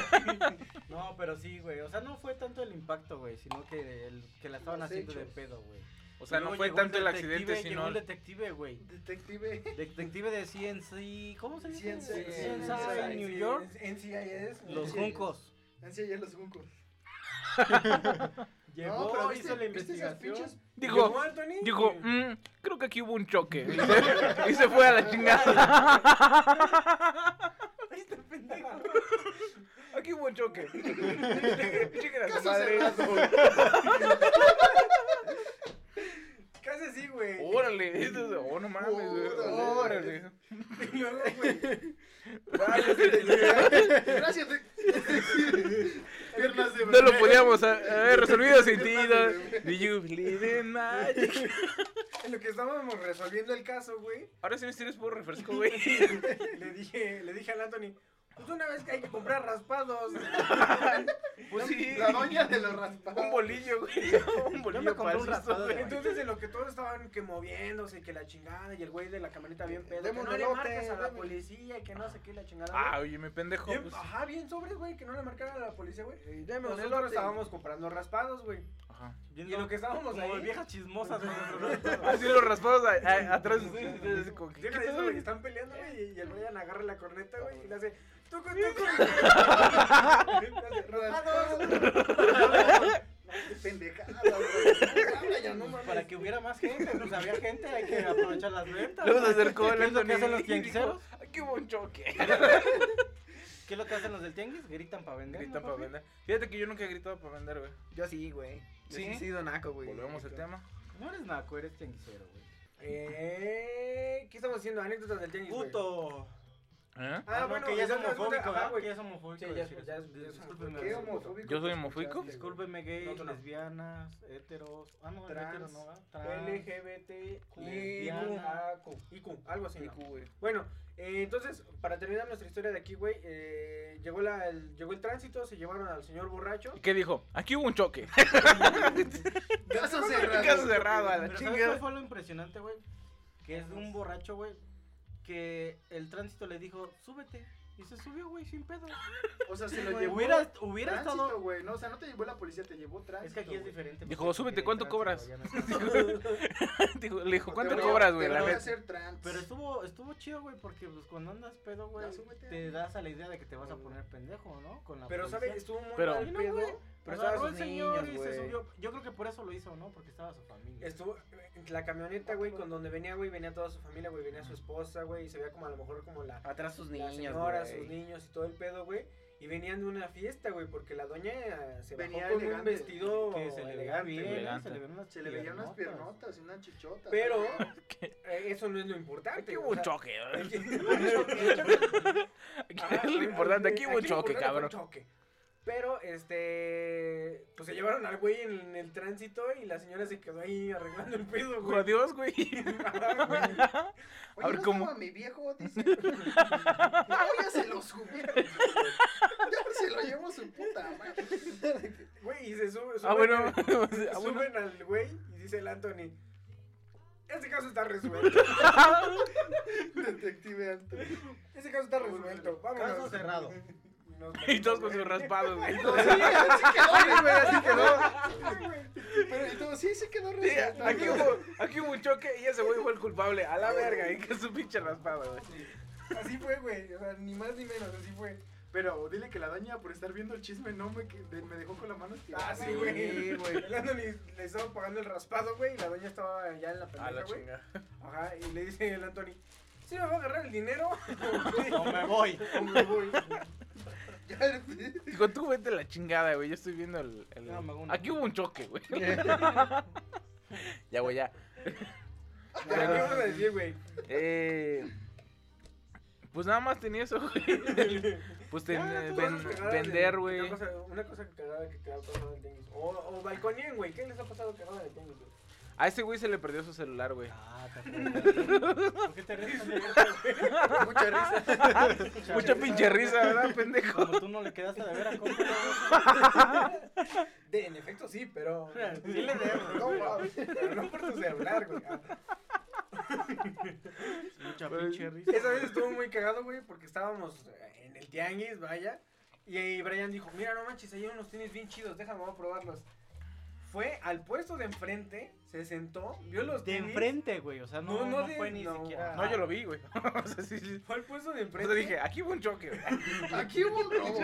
[SPEAKER 10] No, pero sí, güey. O sea, no fue tanto el impacto, güey, sino que, el, que la estaban
[SPEAKER 1] Los
[SPEAKER 10] haciendo de
[SPEAKER 1] hechos.
[SPEAKER 10] pedo, güey.
[SPEAKER 3] O sea,
[SPEAKER 10] Y
[SPEAKER 3] no
[SPEAKER 10] luego
[SPEAKER 3] fue
[SPEAKER 10] llegó un
[SPEAKER 3] tanto el
[SPEAKER 10] detective,
[SPEAKER 3] accidente,
[SPEAKER 10] llegó
[SPEAKER 3] sino
[SPEAKER 10] un
[SPEAKER 3] el-
[SPEAKER 10] detective, güey.
[SPEAKER 1] Detective.
[SPEAKER 10] Detective de CNC. ¿Cómo se dice?
[SPEAKER 1] CNC.
[SPEAKER 10] CNC en New York.
[SPEAKER 2] NCIS.
[SPEAKER 10] Los
[SPEAKER 1] NCIS.
[SPEAKER 10] juncos.
[SPEAKER 1] NCIS, los juncos.
[SPEAKER 10] Llegó,
[SPEAKER 1] No, pero viste- viste
[SPEAKER 10] hizo la
[SPEAKER 1] esas
[SPEAKER 10] investigación.
[SPEAKER 1] pinches-
[SPEAKER 3] Dijo,
[SPEAKER 2] Llegó Anthony y-
[SPEAKER 3] dijo, "Mm, creo que aquí hubo un choque. Y se, y se fue a la chingada.
[SPEAKER 2] Este
[SPEAKER 3] Aquí hubo un choque. Chequen a su madre.
[SPEAKER 2] Casi así, güey.
[SPEAKER 3] Órale, esto es- oh, no mames, güey.
[SPEAKER 1] Órale.
[SPEAKER 3] Órale.
[SPEAKER 2] Y luego, güey.
[SPEAKER 1] Gracias, eh. detective. Piernas de
[SPEAKER 3] No lo
[SPEAKER 1] bebé.
[SPEAKER 3] podíamos ha- haber resolvido sin ti. ¿no? Do you believe in magic?
[SPEAKER 2] En lo que estábamos resolviendo el caso, güey,
[SPEAKER 3] Ahora sí me tienes por refresco, güey.
[SPEAKER 2] le dije, le dije al Anthony, pues una vez que hay que comprar raspados.
[SPEAKER 3] Pues sí.
[SPEAKER 1] La doña de los raspados.
[SPEAKER 3] Un bolillo, güey. Un bolillo
[SPEAKER 10] me
[SPEAKER 3] para el
[SPEAKER 10] compré un
[SPEAKER 3] susto,
[SPEAKER 10] raspado de
[SPEAKER 3] güey.
[SPEAKER 2] Entonces en lo que todos estaban que moviéndose, que la chingada, y el güey de la camioneta bien pedo, que
[SPEAKER 1] Deme un
[SPEAKER 2] no le
[SPEAKER 1] elote,
[SPEAKER 2] marcas a la
[SPEAKER 1] deme-
[SPEAKER 2] policía, y que no sé qué, la chingada.
[SPEAKER 3] Ah,
[SPEAKER 2] güey.
[SPEAKER 3] oye, mi pendejo.
[SPEAKER 2] Bien-
[SPEAKER 3] pues.
[SPEAKER 2] Ajá, bien sobres, güey, que no le marcaron a la policía, güey.
[SPEAKER 1] deme un
[SPEAKER 2] Nosotros
[SPEAKER 1] elote.
[SPEAKER 2] estábamos comprando raspados, güey.
[SPEAKER 3] Ajá.
[SPEAKER 2] Y en lo que estábamos
[SPEAKER 10] como
[SPEAKER 2] ahí,
[SPEAKER 10] viejas chismosas.
[SPEAKER 3] Así los raspados a- a- atrás. Como que, ¿qué
[SPEAKER 2] Llega eso,
[SPEAKER 3] pedo,
[SPEAKER 2] güey,
[SPEAKER 3] güey?
[SPEAKER 2] están peleando, güey, y el Brian agarra la corneta, güey, y le hace, tú con, tú
[SPEAKER 1] Ah, Raspados. Pendejada, güey. Habla ya, no mames.
[SPEAKER 10] Para pues, las ventas.
[SPEAKER 3] Luego se acercó
[SPEAKER 10] ¿Qué
[SPEAKER 3] el
[SPEAKER 10] es lo que
[SPEAKER 3] Anthony
[SPEAKER 10] hacen
[SPEAKER 3] y
[SPEAKER 10] los
[SPEAKER 3] dijo,
[SPEAKER 10] tianguiseros?
[SPEAKER 3] "Ay, qué buen choque".
[SPEAKER 10] ¿Qué es lo que hacen los del tianguis? Gritan para vender.
[SPEAKER 3] Gritan
[SPEAKER 10] ¿no,
[SPEAKER 3] para
[SPEAKER 10] papi?
[SPEAKER 3] vender. Fíjate que yo nunca he gritado para vender, güey.
[SPEAKER 11] Yo sí, güey. Yo
[SPEAKER 3] ¿Sí?
[SPEAKER 11] sí he sido naco, güey.
[SPEAKER 3] Volvemos al tema.
[SPEAKER 10] No eres naco, eres tianguisero, güey.
[SPEAKER 2] Eh, ¿Qué estamos haciendo? Anécdotas del tianguis. güey.
[SPEAKER 10] Puto.
[SPEAKER 3] ¿Eh?
[SPEAKER 2] Ah,
[SPEAKER 10] Ah,
[SPEAKER 2] bueno,
[SPEAKER 10] que ya es
[SPEAKER 2] eso no es
[SPEAKER 10] homofóbico,
[SPEAKER 2] una- ajá,
[SPEAKER 10] ¿verdad?
[SPEAKER 2] ah, güey.
[SPEAKER 10] Que ya es homofóbico.
[SPEAKER 2] Sí, ya
[SPEAKER 10] decir
[SPEAKER 2] es- ya
[SPEAKER 10] eso.
[SPEAKER 2] es- ya es-
[SPEAKER 10] Discúlpeme.
[SPEAKER 2] ¿Qué homofóbico?
[SPEAKER 3] ¿Yo soy homofóbico?
[SPEAKER 10] Discúlpeme, gays,
[SPEAKER 2] No, no.
[SPEAKER 10] lesbianas, heteros. Ah, no,
[SPEAKER 2] Trans,
[SPEAKER 10] heteros no, ¿verdad?
[SPEAKER 2] LGBT,
[SPEAKER 10] lesbiana,
[SPEAKER 2] IQ, algo así. ¿no? Bueno, eh, entonces, para terminar nuestra historia de aquí, güey, eh, llegó, la, el, llegó el tránsito, se llevaron al señor borracho.
[SPEAKER 3] ¿Y qué dijo? Aquí hubo un choque.
[SPEAKER 11] Caso
[SPEAKER 3] cerrado. Caso cerrado, a la
[SPEAKER 10] Pero ¿sabes
[SPEAKER 3] chingada.
[SPEAKER 10] cuál fue lo impresionante, güey? Que es de un borracho, güey, que el tránsito le dijo, súbete. Y se subió, güey, sin pedo.
[SPEAKER 1] O sea, se lo
[SPEAKER 10] Güey,
[SPEAKER 1] llevó.
[SPEAKER 10] Hubiera, hubiera
[SPEAKER 1] tránsito,
[SPEAKER 10] estado...
[SPEAKER 1] güey. No, o sea, no te llevó la policía, te llevó tránsito.
[SPEAKER 10] Es que aquí es
[SPEAKER 1] güey.
[SPEAKER 10] diferente.
[SPEAKER 3] Dijo,
[SPEAKER 10] porque aquí
[SPEAKER 3] súbete,
[SPEAKER 10] en
[SPEAKER 3] ¿cuánto
[SPEAKER 10] tránsito
[SPEAKER 3] cobras?
[SPEAKER 10] ya no
[SPEAKER 3] Dijo- le dijo,
[SPEAKER 10] Te
[SPEAKER 3] ¿cuánto
[SPEAKER 10] voy a-
[SPEAKER 3] cobras,
[SPEAKER 10] te
[SPEAKER 3] güey? La
[SPEAKER 10] voy a
[SPEAKER 3] neta.
[SPEAKER 10] hacer trans. Pero estuvo, estuvo chido, güey, porque pues cuando andas pedo, güey,
[SPEAKER 1] Ya, súbete. Mm.
[SPEAKER 10] te das a la idea de que te vas a poner pendejo, ¿no? Con la
[SPEAKER 2] Pero,
[SPEAKER 10] policía.
[SPEAKER 2] ¿sabes? Estuvo muy
[SPEAKER 3] Pero-
[SPEAKER 2] mal
[SPEAKER 10] Y no,
[SPEAKER 2] pedo.
[SPEAKER 10] güey,
[SPEAKER 2] Pero
[SPEAKER 10] agarró
[SPEAKER 2] estaba sus
[SPEAKER 10] el señor
[SPEAKER 2] niños,
[SPEAKER 10] y se
[SPEAKER 2] güey.
[SPEAKER 10] subió. Yo creo que por eso lo hizo, ¿no? Porque estaba su familia.
[SPEAKER 2] Estuvo eh, la camioneta, güey, con donde venía, güey, venía toda su familia, güey, venía su esposa, güey, y se veía como a lo mejor como la
[SPEAKER 3] Ah,
[SPEAKER 11] Atrás sus
[SPEAKER 2] la
[SPEAKER 11] niños,
[SPEAKER 2] señora,
[SPEAKER 11] güey.
[SPEAKER 2] sus niños y todo el pedo, güey, y venían de una fiesta, güey, porque la doña se
[SPEAKER 1] Venía
[SPEAKER 2] bajó con un
[SPEAKER 1] elegante.
[SPEAKER 2] vestido
[SPEAKER 10] Que se le veía
[SPEAKER 2] elegante,
[SPEAKER 10] bien,
[SPEAKER 2] güey.
[SPEAKER 3] elegante.
[SPEAKER 10] se le veían unas
[SPEAKER 1] Se le veían unas
[SPEAKER 10] piernotas.
[SPEAKER 1] piernotas y una chichota.
[SPEAKER 2] Pero eh, eso no es lo importante.
[SPEAKER 3] Aquí hubo
[SPEAKER 2] güey,
[SPEAKER 3] un
[SPEAKER 2] o sea,
[SPEAKER 3] choque.
[SPEAKER 2] el que-
[SPEAKER 3] Aquí
[SPEAKER 2] Ajá,
[SPEAKER 3] es lo importante, aquí hubo un
[SPEAKER 2] lo
[SPEAKER 3] choque,
[SPEAKER 2] importante fue un
[SPEAKER 3] cabrón.
[SPEAKER 2] choque. Pero, este, pues se llevaron al güey en, en el tránsito y la señora se quedó ahí arreglando el pedo, güey.
[SPEAKER 3] Adiós, güey.
[SPEAKER 2] Ajá, güey.
[SPEAKER 1] Oye,
[SPEAKER 3] A ver
[SPEAKER 1] ¿no
[SPEAKER 3] cómo.
[SPEAKER 1] estaba mi viejo, dice. no, ya se lo subieron. güey. Ya se lo llevó su puta madre.
[SPEAKER 2] Güey, y se sube.
[SPEAKER 3] Ah, bueno.
[SPEAKER 2] suben-
[SPEAKER 3] Ah, bueno.
[SPEAKER 2] Suben al güey y dice el Anthony. Ese caso está resuelto.
[SPEAKER 1] Detective Anthony.
[SPEAKER 2] Ese este caso está resuelto. Vamos.
[SPEAKER 10] Caso cerrado.
[SPEAKER 3] Y todos con sus raspados, güey.
[SPEAKER 1] Así quedó,
[SPEAKER 2] Sí, güey, así
[SPEAKER 1] Pero y todo, sí, se quedó
[SPEAKER 3] Sí,
[SPEAKER 1] resuelto.
[SPEAKER 3] Aquí
[SPEAKER 1] güey.
[SPEAKER 3] hubo, aquí hubo un choque y ese güey fue el culpable. A la verga, y que su pinche raspado, güey.
[SPEAKER 1] Así fue, güey. O sea, ni más ni menos, así fue. Pero dile que la daña por estar viendo el chisme no me, que- de- me dejó con la mano estirada.
[SPEAKER 2] Ah, sí, güey. El Anthony le estaba pagando el raspado, güey, y la doña estaba ya en la
[SPEAKER 3] A la
[SPEAKER 2] pendeja, güey.
[SPEAKER 3] chinga.
[SPEAKER 2] Ajá, y le dice el Anthony, ¿sí me va a agarrar el dinero?
[SPEAKER 10] No me voy.
[SPEAKER 1] O me voy. Ya,
[SPEAKER 3] Dijo, tú vete a la chingada, güey. Yo estoy viendo el. el-
[SPEAKER 10] No, me hago una.
[SPEAKER 3] Aquí hubo un choque, güey. ya, güey, ya.
[SPEAKER 2] ¿Qué vas a decir, güey?
[SPEAKER 3] Eh, pues nada más tenía eso, güey. Pues ten-
[SPEAKER 2] Ya, todas
[SPEAKER 3] ven-
[SPEAKER 2] las cagadas
[SPEAKER 3] vender,
[SPEAKER 2] del-
[SPEAKER 3] güey.
[SPEAKER 2] Una cosa, una cosa que cagada que te ha pasado en el tenis. O, o balconien, güey. ¿Qué les ha pasado cagada en el tenis, güey?
[SPEAKER 3] A ese güey se le perdió su celular, güey.
[SPEAKER 10] Ah, te acuerdas. ¿Por qué te ríes?
[SPEAKER 1] Mucha
[SPEAKER 3] risa. Mucha pinche risa, ¿verdad, Pues, pendejo?
[SPEAKER 10] Como tú no le quedaste de ver a compa.
[SPEAKER 2] De- en efecto, sí, pero.
[SPEAKER 10] Sí le debo.
[SPEAKER 2] No, mames, pero no por tu celular, güey. Ah.
[SPEAKER 10] Mucha
[SPEAKER 3] Pues,
[SPEAKER 10] pinche risa.
[SPEAKER 2] Esa vez estuvo muy cagado, güey, porque estábamos eh, en el tianguis, vaya. Y ahí Brian dijo: Mira, no manches, hay unos tenis bien chidos, déjame, voy a probarlos. Fue al puesto de enfrente, se sentó, vio los
[SPEAKER 10] De
[SPEAKER 2] tenis.
[SPEAKER 10] enfrente, güey. O sea, no,
[SPEAKER 2] No,
[SPEAKER 10] no,
[SPEAKER 2] no de-
[SPEAKER 10] fue ni
[SPEAKER 2] no,
[SPEAKER 10] siquiera.
[SPEAKER 3] No, yo lo vi, güey. O sea, sí, sí.
[SPEAKER 2] Fue al puesto de enfrente.
[SPEAKER 3] Entonces dije, aquí hubo un choque, güey.
[SPEAKER 1] Aquí hubo un robo.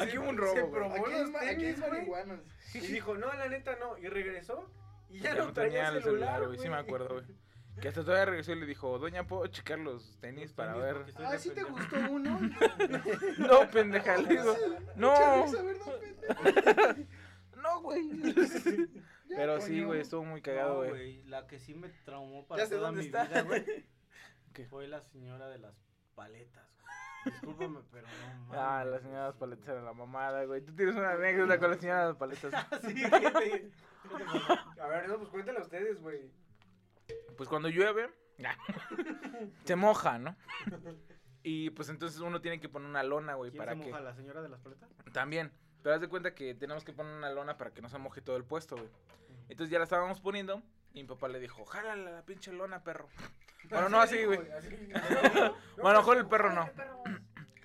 [SPEAKER 3] Aquí hubo un
[SPEAKER 2] Se
[SPEAKER 3] robo, güey.
[SPEAKER 2] probó
[SPEAKER 1] Aquí es,
[SPEAKER 2] los
[SPEAKER 1] ma- aquí
[SPEAKER 2] tenis,
[SPEAKER 1] es
[SPEAKER 2] güey.
[SPEAKER 1] marihuanos.
[SPEAKER 2] Y dijo, no, la neta no. Y regresó y ya,
[SPEAKER 3] Ya
[SPEAKER 2] no traía
[SPEAKER 3] el
[SPEAKER 2] celular, güey.
[SPEAKER 3] Sí me acuerdo, güey. Que hasta todavía regresó y le dijo, doña, ¿puedo checar los tenis para
[SPEAKER 10] tenis,
[SPEAKER 3] ver?
[SPEAKER 10] porque estoy
[SPEAKER 1] Ah,
[SPEAKER 10] de
[SPEAKER 1] ¿sí te
[SPEAKER 10] pendejo.
[SPEAKER 1] gustó uno?
[SPEAKER 3] No, pendeja, le digo.
[SPEAKER 1] Mucha
[SPEAKER 3] No,
[SPEAKER 1] risa, ¿verdad, pendejo?
[SPEAKER 3] no, güey.
[SPEAKER 1] Ya,
[SPEAKER 3] Pero sí,
[SPEAKER 1] coño.
[SPEAKER 3] güey, estuvo muy cagado,
[SPEAKER 10] No,
[SPEAKER 3] güey.
[SPEAKER 10] La que sí me traumó para
[SPEAKER 3] Ya sé
[SPEAKER 10] toda
[SPEAKER 3] dónde
[SPEAKER 10] mi
[SPEAKER 3] está.
[SPEAKER 10] vida, güey.
[SPEAKER 3] ¿Qué?
[SPEAKER 10] Fue la señora de las paletas, güey. Discúlpame, pero no mames.
[SPEAKER 3] Ah, la señora de las paletas era la mamada, güey. Tú tienes una anécdota con la señora de las paletas.
[SPEAKER 2] Sí, gente. A ver, no, pues cuéntale a ustedes, güey.
[SPEAKER 3] Pues cuando llueve, ah, se moja, ¿no? Y pues entonces uno tiene que poner una lona, güey,
[SPEAKER 10] ¿Quién
[SPEAKER 3] para
[SPEAKER 10] se
[SPEAKER 3] que...
[SPEAKER 10] moja? ¿La señora de las paletas?
[SPEAKER 3] También. Pero haz de cuenta que tenemos que poner una lona para que no se moje todo el puesto, güey. Entonces ya la estábamos poniendo y mi papá le dijo, jala la pinche lona, perro. Bueno, no así, güey. Bueno, a lo mejor el perro no.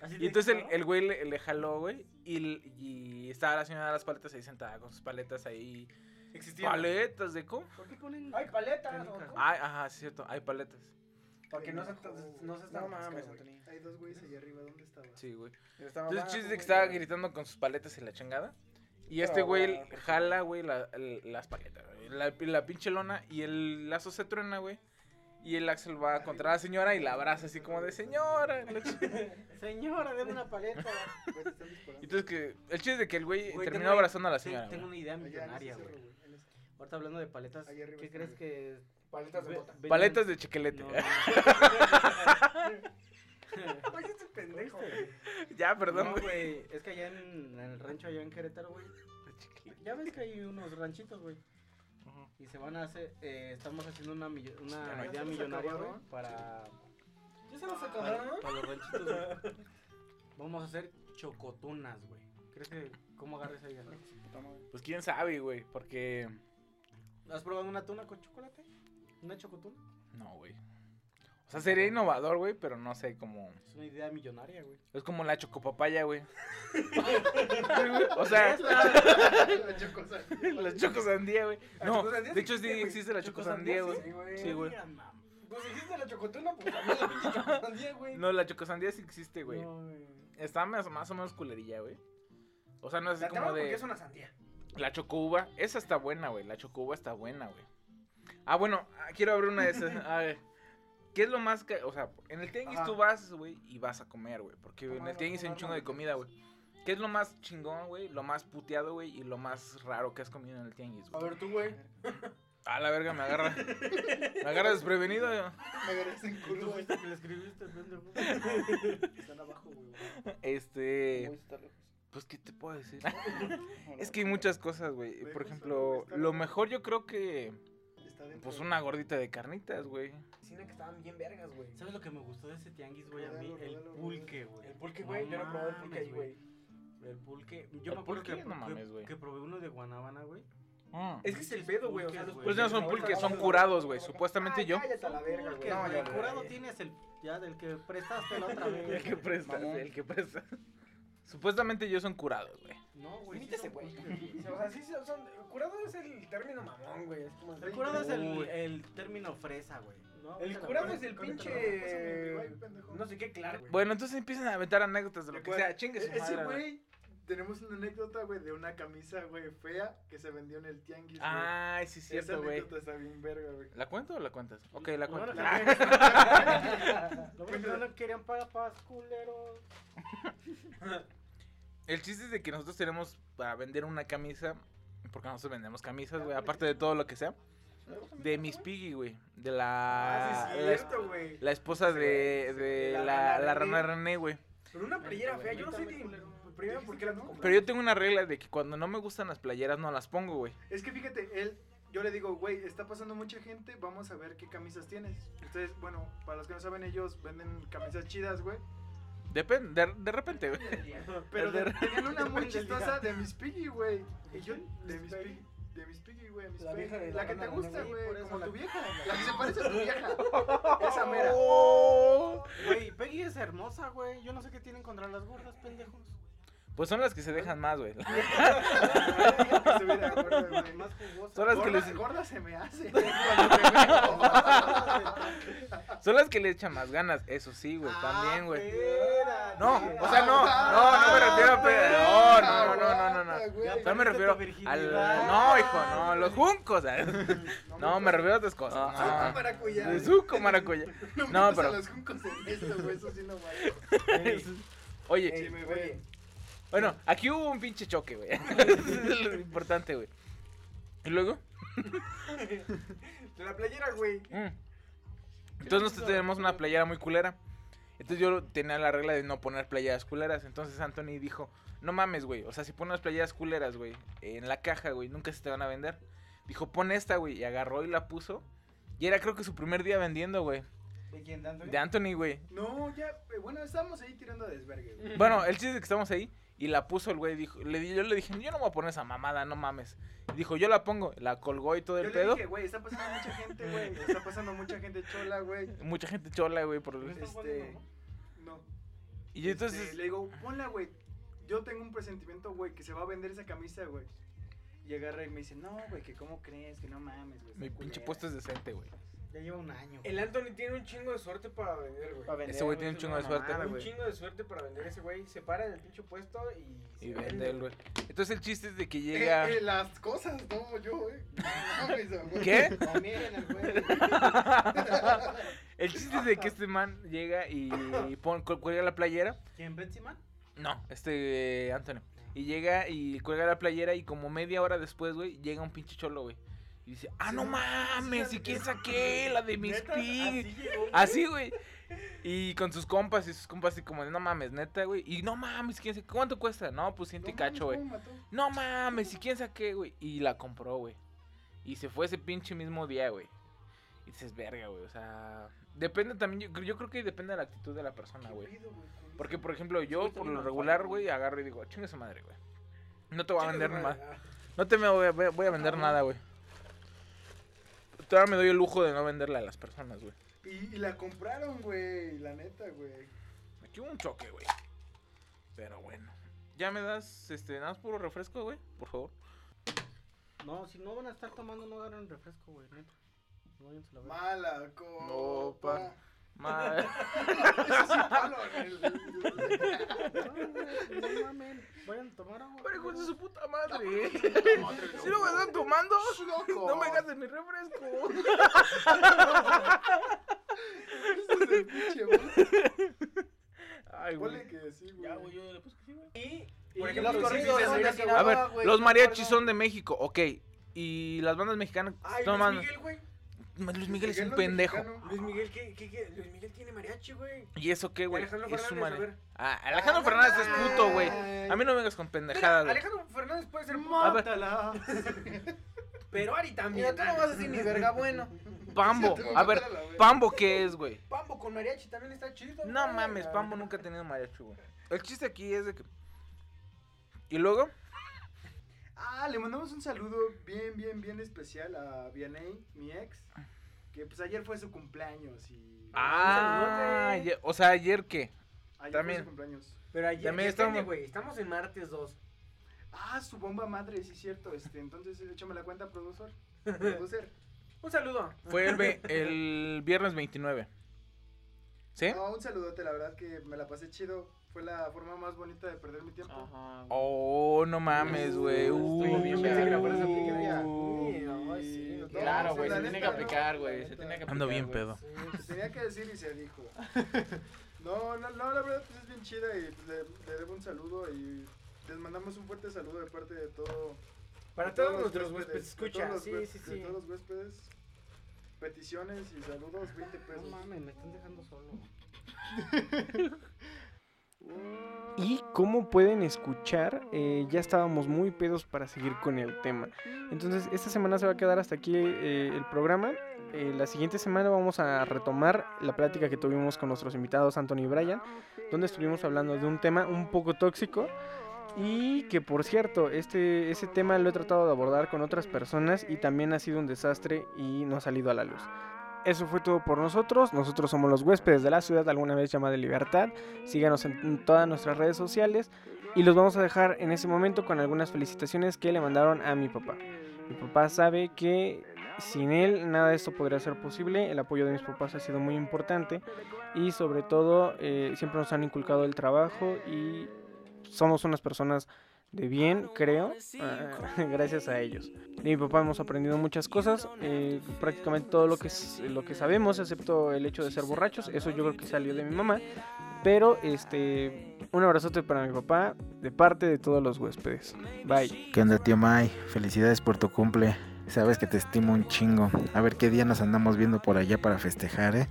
[SPEAKER 10] Así
[SPEAKER 3] Y
[SPEAKER 10] te
[SPEAKER 3] entonces
[SPEAKER 10] dijo,
[SPEAKER 3] el, el güey le, le jaló, güey, y, l- y estaba la señora de las paletas ahí sentada con sus paletas ahí.
[SPEAKER 2] Existía.
[SPEAKER 3] ¿Paletas de cómo?
[SPEAKER 10] ¿Por qué ponen
[SPEAKER 2] Ay, paletas.
[SPEAKER 10] canicas?
[SPEAKER 3] Ay, ajá, sí, cierto, hay paletas.
[SPEAKER 2] Para que no se no se
[SPEAKER 3] No
[SPEAKER 2] estaba
[SPEAKER 3] mames,
[SPEAKER 2] Anthony.
[SPEAKER 1] Hay dos güeyes allá arriba, ¿dónde estaban?
[SPEAKER 3] Sí, güey.
[SPEAKER 2] Estaba
[SPEAKER 3] Entonces el
[SPEAKER 2] abajo,
[SPEAKER 3] chiste es que
[SPEAKER 2] güey.
[SPEAKER 3] estaba gritando con sus paletas y la chingada. Y este
[SPEAKER 2] Estaba
[SPEAKER 3] güey
[SPEAKER 2] abajo.
[SPEAKER 3] jala, güey, la- el- las paletas, güey, la, la pinche lona y el lazo se truena, güey. Y el Axel va contra la señora y la abraza así como de señora. la ch-
[SPEAKER 10] Señora, deme una paleta.
[SPEAKER 3] Entonces que el chiste es de que el güey
[SPEAKER 10] Güey,
[SPEAKER 3] terminó
[SPEAKER 10] tengo-
[SPEAKER 3] abrazando a la
[SPEAKER 10] te-
[SPEAKER 3] señora. güey.
[SPEAKER 10] Tengo una idea millonaria, güey. Ahorita hablando de paletas, ¿qué crees que.
[SPEAKER 1] Paletas de
[SPEAKER 10] ve-
[SPEAKER 1] bota.
[SPEAKER 10] venden-
[SPEAKER 3] Paletas de chiquelete.
[SPEAKER 10] No.
[SPEAKER 1] Oye, este pendejo.
[SPEAKER 3] ya, perdón,
[SPEAKER 10] No,
[SPEAKER 3] güey.
[SPEAKER 10] güey. Es que allá en, en el rancho, allá en Querétaro, güey. Ya ves que hay unos ranchitos, güey. Y se van a hacer. eh, estamos haciendo una, millo-
[SPEAKER 2] Ya no
[SPEAKER 10] una
[SPEAKER 2] hay. ¿Ya
[SPEAKER 10] idea
[SPEAKER 2] se los
[SPEAKER 10] millonaria, güey.
[SPEAKER 2] acabaron?
[SPEAKER 10] Para.
[SPEAKER 2] Ya se los
[SPEAKER 10] Para,
[SPEAKER 2] acabaron, ¿no?
[SPEAKER 10] para los ranchitos, güey. Vamos a hacer chocotunas, güey. ¿Crees que. ¿Cómo agarres ahí,
[SPEAKER 3] Pues quién sabe, güey, porque...
[SPEAKER 10] ¿Has probado una tuna con chocolate? ¿Una chocotuna?
[SPEAKER 3] No, güey. O sea, sería innovador, güey, pero no sé, como...
[SPEAKER 10] Es una idea millonaria, güey.
[SPEAKER 3] Es como la chocopapaya, güey. o sea...
[SPEAKER 1] La chocosandía.
[SPEAKER 3] la chocosandía, güey.
[SPEAKER 1] La
[SPEAKER 3] No,
[SPEAKER 1] chocosandía
[SPEAKER 3] de hecho
[SPEAKER 1] existe,
[SPEAKER 3] sí
[SPEAKER 1] güey.
[SPEAKER 3] existe la chocosandía, güey.
[SPEAKER 1] sí, güey.
[SPEAKER 3] Sí, güey.
[SPEAKER 1] Pues dijiste la chocotuna, pues también la pinche chocosandía, güey.
[SPEAKER 3] No, la chocosandía sí existe, güey.
[SPEAKER 1] No,
[SPEAKER 3] Está más, más o menos culerilla, güey. O sea, no es
[SPEAKER 2] La
[SPEAKER 3] así como
[SPEAKER 2] tengo
[SPEAKER 3] de...
[SPEAKER 2] porque es una sandía.
[SPEAKER 3] La chocuba, esa está buena, güey. La chocuba está buena, güey. Ah, bueno, ah, quiero abrir una de esas. A ver. ¿Qué es lo más que.? O sea, en el tianguis
[SPEAKER 2] Ajá.
[SPEAKER 3] tú vas, güey, y vas a comer, güey. Porque en
[SPEAKER 2] Tomar,
[SPEAKER 3] el tianguis hay un
[SPEAKER 2] tomar,
[SPEAKER 3] chingo de comida, güey. ¿Qué es lo más chingón, güey? Lo más puteado, güey. Y lo más raro que has comido en el tianguis,
[SPEAKER 1] A
[SPEAKER 3] güey.
[SPEAKER 1] ver, tú, güey.
[SPEAKER 3] Ah, la verga, me agarra. Me agarra desprevenido, güey.
[SPEAKER 1] Me agarraste en curva.
[SPEAKER 10] fuiste que le escribiste, pendejo.
[SPEAKER 1] Están abajo, güey.
[SPEAKER 3] Este. Pues, ¿qué te puedo decir? es que hay muchas cosas, güey. Por ejemplo, lo mejor yo creo que. Pues una gordita de carnitas, güey.
[SPEAKER 2] Cine que estaban bien vergas, güey.
[SPEAKER 10] ¿Sabes lo que me gustó de ese tianguis, güey? A mí,
[SPEAKER 2] Rodalo,
[SPEAKER 10] el
[SPEAKER 2] rodalo,
[SPEAKER 10] pulque, güey.
[SPEAKER 2] El pulque, güey, yo no he probado el pulque ahí, güey.
[SPEAKER 10] El pulque. Yo
[SPEAKER 3] El
[SPEAKER 10] me acuerdo
[SPEAKER 3] pulque,
[SPEAKER 10] que,
[SPEAKER 3] no
[SPEAKER 10] que-
[SPEAKER 3] mames, güey.
[SPEAKER 10] que probé uno de Guanábana, güey.
[SPEAKER 3] Mm.
[SPEAKER 2] Es que es el pedo, güey. O sea, los
[SPEAKER 10] Pulques, güey.
[SPEAKER 3] Pues no son pulques, son curados, güey. Supuestamente yo.
[SPEAKER 2] Cállate a la verga, güey.
[SPEAKER 10] Pulque,
[SPEAKER 2] No,
[SPEAKER 10] güey,
[SPEAKER 2] ya,
[SPEAKER 10] curado
[SPEAKER 2] ya, ya.
[SPEAKER 10] tienes el ya del que prestaste la otra vez.
[SPEAKER 3] El que presta, el que presta. Supuestamente yo son curados, güey.
[SPEAKER 10] No, güey. sí
[SPEAKER 2] Limítese,
[SPEAKER 10] son
[SPEAKER 2] güey.
[SPEAKER 10] pulques,
[SPEAKER 2] O sea, sí son- son. Curado es el término mamón, güey. Es como.
[SPEAKER 10] El curado es el,
[SPEAKER 2] Uy.
[SPEAKER 10] el término fresa, güey. No,
[SPEAKER 2] El
[SPEAKER 10] te la
[SPEAKER 2] curado
[SPEAKER 10] pones
[SPEAKER 2] es el
[SPEAKER 10] con
[SPEAKER 2] pinche. No sé qué, claro, güey.
[SPEAKER 3] Bueno, entonces empiezan a aventar anécdotas de lo que
[SPEAKER 1] Güey,
[SPEAKER 3] sea. Chingue su
[SPEAKER 1] e- Ese
[SPEAKER 3] madre, güey.
[SPEAKER 1] güey, tenemos una anécdota, güey, de una camisa, güey, fea que se vendió en el tianguis, güey.
[SPEAKER 3] Ay, Ah, sí,
[SPEAKER 1] Esa
[SPEAKER 3] cierto, güey.
[SPEAKER 1] anécdota está bien verga, güey.
[SPEAKER 3] ¿La cuento o la cuentas? Ok, la cuento.
[SPEAKER 10] fresa. Lo bueno que no lo querían para paz, culero.
[SPEAKER 3] El chiste es de que nosotros tenemos para vender una camisa, porque nosotros vendemos camisas, güey, aparte de todo lo que sea, de Miss Piggy, güey, de la...
[SPEAKER 2] Ah, sí,
[SPEAKER 3] la,
[SPEAKER 2] cierto, güey.
[SPEAKER 3] la esposa de, de
[SPEAKER 2] La
[SPEAKER 3] la,
[SPEAKER 2] rana
[SPEAKER 3] la
[SPEAKER 2] René.
[SPEAKER 3] rana René, güey.
[SPEAKER 2] Pero una playera fea, yo no sé ni. Primero, ¿por qué la no?
[SPEAKER 3] Pero yo tengo una regla de que cuando no me gustan las playeras no las pongo, güey.
[SPEAKER 1] Es que fíjate, él, yo le digo, güey, está pasando mucha gente, vamos a ver qué camisas tienes. Entonces, bueno, para los que no saben, ellos venden camisas chidas, güey.
[SPEAKER 3] Depende, de, de repente, güey.
[SPEAKER 1] Pero
[SPEAKER 3] De-
[SPEAKER 1] de- tenían una muy
[SPEAKER 2] Depende del día.
[SPEAKER 1] chistosa de Miss Piggy, güey. Y yo, de Miss Piggy. De Miss Piggy, güey. Miss
[SPEAKER 2] La
[SPEAKER 1] Piggy.
[SPEAKER 2] vieja de la
[SPEAKER 1] La que te
[SPEAKER 2] rana
[SPEAKER 1] gusta,
[SPEAKER 2] René, por
[SPEAKER 1] güey.
[SPEAKER 2] eso
[SPEAKER 1] Como
[SPEAKER 2] la-
[SPEAKER 1] tu vieja. La que se parece a tu vieja. Esa mera.
[SPEAKER 3] Oh.
[SPEAKER 10] Güey, Peggy es hermosa, güey. Yo no sé qué tienen contra las gordas, pendejos.
[SPEAKER 3] Pues son las que se dejan más, güey.
[SPEAKER 10] Más jugosas.
[SPEAKER 3] Son las que
[SPEAKER 1] gorda,
[SPEAKER 3] les-
[SPEAKER 1] gorda se me hace.
[SPEAKER 3] Son las que le echan más ganas, eso sí, güey, también, güey.
[SPEAKER 10] Espérate.
[SPEAKER 3] No, o sea, no, no, no me
[SPEAKER 1] Ah,
[SPEAKER 3] refiero a pe- No, no, no, no, no, no. No me refiero al. No, hijo, no, los juncos. ah. No, me refiero a otras cosas.
[SPEAKER 1] Suco
[SPEAKER 3] no.
[SPEAKER 1] maracuyá.
[SPEAKER 3] De suco maracuyá.
[SPEAKER 1] No, pero.
[SPEAKER 3] No, pero.
[SPEAKER 1] los juncos en esto, güey. Eso sí no vale.
[SPEAKER 3] Oye,
[SPEAKER 1] me ve.
[SPEAKER 3] bueno, aquí hubo un pinche choque, güey. Es lo importante, güey. ¿Y luego?
[SPEAKER 2] De la playera, güey.
[SPEAKER 3] Mm. Entonces nosotros tenemos una playera muy culera. Entonces yo tenía la regla de no poner playeras culeras. Entonces Anthony dijo, no mames, güey. O sea, si pones playeras culeras, güey, en la caja, güey, nunca se te van a vender. Dijo, pon esta, güey. Y agarró y la puso. Y era creo que su primer día vendiendo, güey.
[SPEAKER 10] ¿De quién dando?
[SPEAKER 3] De Anthony, güey.
[SPEAKER 1] No, ya. eh, Bueno, estábamos ahí tirando a desvergue, güey.
[SPEAKER 3] Bueno, el chiste es que estamos ahí y la puso el güey. Dijo, le, di- yo le dije, yo no voy a poner esa mamada, no mames. Y dijo, yo la pongo. La colgó y todo
[SPEAKER 1] Yo
[SPEAKER 3] el
[SPEAKER 1] le
[SPEAKER 3] pedo.
[SPEAKER 1] dije, güey, está pasando mucha gente, güey. Está pasando mucha gente chola, güey.
[SPEAKER 3] Mucha gente chola, güey. Por...
[SPEAKER 1] Este. No.
[SPEAKER 3] Y entonces...
[SPEAKER 1] Este, le digo, ponla, güey. Yo tengo un presentimiento, güey, que se va a vender esa camisa, güey. Y agarra y me dice, no, güey, que cómo crees, que no mames, güey. está
[SPEAKER 3] Mi pinche
[SPEAKER 1] culera".
[SPEAKER 3] puesto es decente, güey.
[SPEAKER 10] Ya lleva un año.
[SPEAKER 2] El Anthony tiene un chingo de suerte para vender, güey.
[SPEAKER 3] vender, Ese güey tiene un
[SPEAKER 2] es
[SPEAKER 3] chingo
[SPEAKER 2] una
[SPEAKER 3] de suerte.
[SPEAKER 2] mamada, Un
[SPEAKER 3] güey.
[SPEAKER 2] chingo de suerte para vender ese güey. Se para en el pinche puesto y.
[SPEAKER 3] Y vender, güey. Entonces el chiste es de que llega.
[SPEAKER 1] Eh, eh, las cosas, no, yo, eh. No mames, güey.
[SPEAKER 3] ¿Qué?
[SPEAKER 1] También el güey.
[SPEAKER 3] El chiste es de que este man llega y, pon, cu- cuelga la playera.
[SPEAKER 10] ¿Quién, Betsy Man?
[SPEAKER 3] No, este Antonio. Y llega y cuelga la playera y como media hora después, güey, llega un pinche cholo, güey. Y dice, ah, no mames, ¿y quién saqué? La de mis Ah,
[SPEAKER 11] Neta,
[SPEAKER 3] pig.
[SPEAKER 11] así llegó, güey.
[SPEAKER 3] Así, güey. Y con sus compas y sus compas así como de, no mames, neta, güey. Y no mames, ¿quién saqué? ¿Cuánto cuesta? No, pues siente cacho, güey. Ah, No mames, ¿y quién saqué, güey? Y la compró, güey. Y se fue ese pinche mismo día, güey. Y dices, verga, güey. O sea, depende también. Yo, creo- yo creo que depende de la actitud de la persona, güey. Porque, por ejemplo, yo por lo regular, güey, agarro y digo, chingue su madre, güey. No te voy a
[SPEAKER 2] Chingue su
[SPEAKER 3] vender
[SPEAKER 2] madre,
[SPEAKER 3] nada. No te me voy a, voy a- voy a vender nada, güey. Todavía me doy el lujo de no venderla a las personas, güey.
[SPEAKER 1] Y, y la compraron, güey, la neta, güey.
[SPEAKER 3] Aquí hubo un choque, güey. Pero bueno. ¿Ya me das, este, nada más puro refresco, güey? Por favor.
[SPEAKER 10] No, si no van a estar tomando, no agarren refresco, güey, neta. No, váyanse a la verga.
[SPEAKER 1] Mala copa.
[SPEAKER 3] pa- ma-
[SPEAKER 1] Eso sí, palo, güey.
[SPEAKER 10] No mamen, vayan a tomar agua.
[SPEAKER 3] Pero hijo de su puta madre. Si no me están tomando, no me gastes mi refresco. Ay, güey.
[SPEAKER 1] Ponle que sí, güey.
[SPEAKER 10] Ya, güey, yo le puse que sí, güey.
[SPEAKER 2] Y
[SPEAKER 3] Por
[SPEAKER 2] los
[SPEAKER 3] ejemplo, si
[SPEAKER 2] corridos
[SPEAKER 3] dices,
[SPEAKER 2] son de
[SPEAKER 3] a
[SPEAKER 2] Sinaloa,
[SPEAKER 3] ver,
[SPEAKER 2] güey,
[SPEAKER 3] los
[SPEAKER 2] no
[SPEAKER 3] mariachis
[SPEAKER 2] recuerdo.
[SPEAKER 3] son de México, ok. Y las bandas mexicanas
[SPEAKER 2] Ay,
[SPEAKER 3] toman.
[SPEAKER 2] Luis Miguel, güey.
[SPEAKER 3] Luis Miguel es
[SPEAKER 2] Miguel
[SPEAKER 3] un
[SPEAKER 2] no es
[SPEAKER 3] pendejo.
[SPEAKER 2] mexicano. Luis Miguel, ¿qué, qué, qué? Luis Miguel tiene mariachi, güey.
[SPEAKER 3] ¿Y eso qué, güey?
[SPEAKER 2] Alejandro
[SPEAKER 3] Es su
[SPEAKER 2] Fernández, a
[SPEAKER 3] madre.
[SPEAKER 2] ver.
[SPEAKER 3] Ah, Alejandro
[SPEAKER 2] Ah,
[SPEAKER 3] Fernández
[SPEAKER 2] no
[SPEAKER 3] es
[SPEAKER 2] mames.
[SPEAKER 3] puto, güey. A mí no me vengas con pendejadas,
[SPEAKER 2] Mira,
[SPEAKER 3] güey.
[SPEAKER 2] Alejandro Fernández puede ser
[SPEAKER 1] Mátala.
[SPEAKER 2] Pero Ari también. ah.
[SPEAKER 11] Mira, tú no vas a decir ni verga bueno.
[SPEAKER 3] Pambo.
[SPEAKER 11] Sí, te voy a
[SPEAKER 3] A ver,
[SPEAKER 11] matar a la verga.
[SPEAKER 3] Pambo, ¿qué es, güey?
[SPEAKER 2] Pambo con mariachi también está chido.
[SPEAKER 3] No
[SPEAKER 2] güey.
[SPEAKER 3] mames,
[SPEAKER 2] Ah,
[SPEAKER 3] Pambo nunca ha tenido mariachi, güey. El chiste aquí es de que. Y luego,
[SPEAKER 1] Ah, le mandamos un saludo bien, bien, bien especial a Vianey, mi ex. Que pues ayer fue su cumpleaños y.
[SPEAKER 3] Ah, ayer- o sea, ayer qué.
[SPEAKER 1] Ayer
[SPEAKER 3] También.
[SPEAKER 1] fue su cumpleaños.
[SPEAKER 2] Pero ayer
[SPEAKER 3] También
[SPEAKER 2] depende,
[SPEAKER 3] estamos-
[SPEAKER 2] güey. Estamos en martes 2.
[SPEAKER 1] Ah, su bomba madre, sí, cierto. Este, entonces, échame la cuenta, productor. Producer.
[SPEAKER 2] Un saludo.
[SPEAKER 3] Fue el, ve- el viernes 29.
[SPEAKER 12] ¿Eh?
[SPEAKER 3] ¿Sí?
[SPEAKER 1] No, un saludote, la verdad que me la pasé chido. Fue la forma más bonita de perder mi tiempo.
[SPEAKER 3] Oh, no mames, güey. Uh.
[SPEAKER 12] Claro,
[SPEAKER 1] No,
[SPEAKER 12] güey,
[SPEAKER 1] la neta,
[SPEAKER 12] se tiene que aplicar,
[SPEAKER 1] no,
[SPEAKER 12] güey,
[SPEAKER 1] la
[SPEAKER 12] se
[SPEAKER 1] neta.
[SPEAKER 12] tiene que
[SPEAKER 3] Ando
[SPEAKER 12] aplicar,
[SPEAKER 3] bien
[SPEAKER 12] güey.
[SPEAKER 3] pedo.
[SPEAKER 1] Se tenía que decir y se dijo. No, no, no, la verdad pues es bien chida y pues, le, le debo un saludo y les mandamos un fuerte saludo de parte de todo.
[SPEAKER 2] Para
[SPEAKER 1] de
[SPEAKER 2] todos
[SPEAKER 1] los
[SPEAKER 2] nuestros huéspedes,
[SPEAKER 1] de
[SPEAKER 2] escucha,
[SPEAKER 1] todos los
[SPEAKER 2] sí,
[SPEAKER 1] hués-
[SPEAKER 2] sí,
[SPEAKER 1] De
[SPEAKER 2] sí.
[SPEAKER 1] todos los huéspedes. Peticiones y saludos, 20 pesos.
[SPEAKER 10] No mames, me están dejando solo.
[SPEAKER 2] Y como pueden escuchar, eh, ya estábamos muy pedos para seguir con el tema. Entonces, esta semana se va a quedar hasta aquí eh, el programa. Eh, la siguiente semana vamos a retomar la plática que tuvimos con nuestros invitados Anthony y Brian, donde estuvimos hablando de un tema un poco tóxico. Y que por cierto, este, ese tema lo he tratado de abordar con otras personas y también ha sido un desastre y no ha salido a la luz. Eso fue todo por nosotros. Nosotros somos los huéspedes de la ciudad, alguna vez llamada Libertad. Síganos en- en todas nuestras redes sociales. Y los vamos a dejar en ese momento con algunas felicitaciones que le mandaron a mi papá. Mi papá sabe que sin él nada de esto podría ser posible. El apoyo de mis papás ha sido muy importante. Y sobre todo, eh, siempre nos han inculcado el trabajo y somos unas personas de bien, creo, ah, gracias a ellos. De mi papá hemos aprendido muchas cosas, eh, prácticamente todo lo que, s- lo que sabemos, excepto el hecho de ser borrachos, eso yo creo que salió de mi mamá. Pero, este, un abrazote para mi papá, de parte de todos los huéspedes. Bye.
[SPEAKER 15] ¿Qué onda, tío Mai? Felicidades por tu cumple. Sabes que te estimo un chingo. A ver qué día nos andamos viendo por allá para festejar, ¿eh?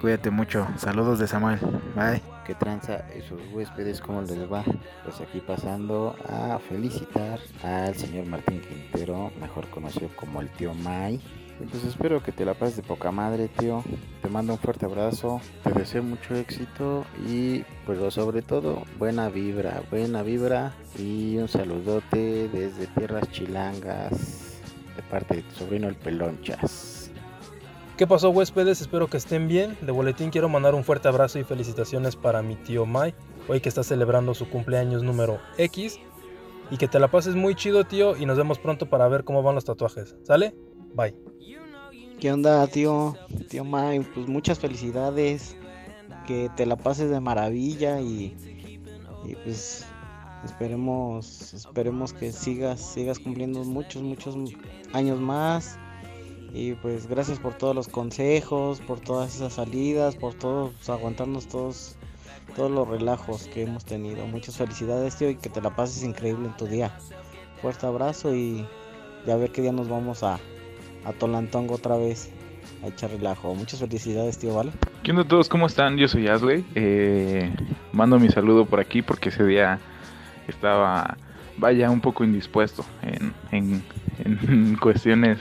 [SPEAKER 15] Cuídate mucho. Saludos de Samuel. Bye.
[SPEAKER 16] ¿Qué tranza esos huéspedes? ¿Cómo les va? Pues aquí pasando a felicitar al señor Martín Quintero, mejor conocido como el tío Mai. Entonces espero que te la pases de poca madre, tío. Te mando un fuerte abrazo, te deseo mucho éxito y, pero sobre todo, buena vibra, buena vibra y un saludote desde tierras chilangas de parte de tu sobrino el Pelonchas.
[SPEAKER 17] ¿Qué pasó huéspedes? Espero que estén bien. De boletín quiero mandar un fuerte abrazo y felicitaciones para mi tío Mai, hoy que está celebrando su cumpleaños número X. Y que te la pases muy chido, tío, y nos vemos pronto para ver cómo van los tatuajes. ¿Sale? Bye.
[SPEAKER 10] ¿Qué onda, tío? Tío May, pues muchas felicidades. Que te la pases de maravilla y, y, pues esperemos esperemos que sigas sigas cumpliendo muchos muchos años más y pues gracias por todos los consejos, por todas esas salidas, por todos pues, aguantarnos todos todos los relajos que hemos tenido. Muchas felicidades, tío, y que te la pases increíble en tu día. Fuerte abrazo y ya a ver qué día nos vamos a, a Tolantongo otra vez a echar relajo. Muchas felicidades, tío, ¿vale?
[SPEAKER 4] ¿Qué onda a todos? ¿Cómo están? Yo soy Asley. Eh, mando mi saludo por aquí porque ese día estaba, vaya, un poco indispuesto en, en- en cuestiones.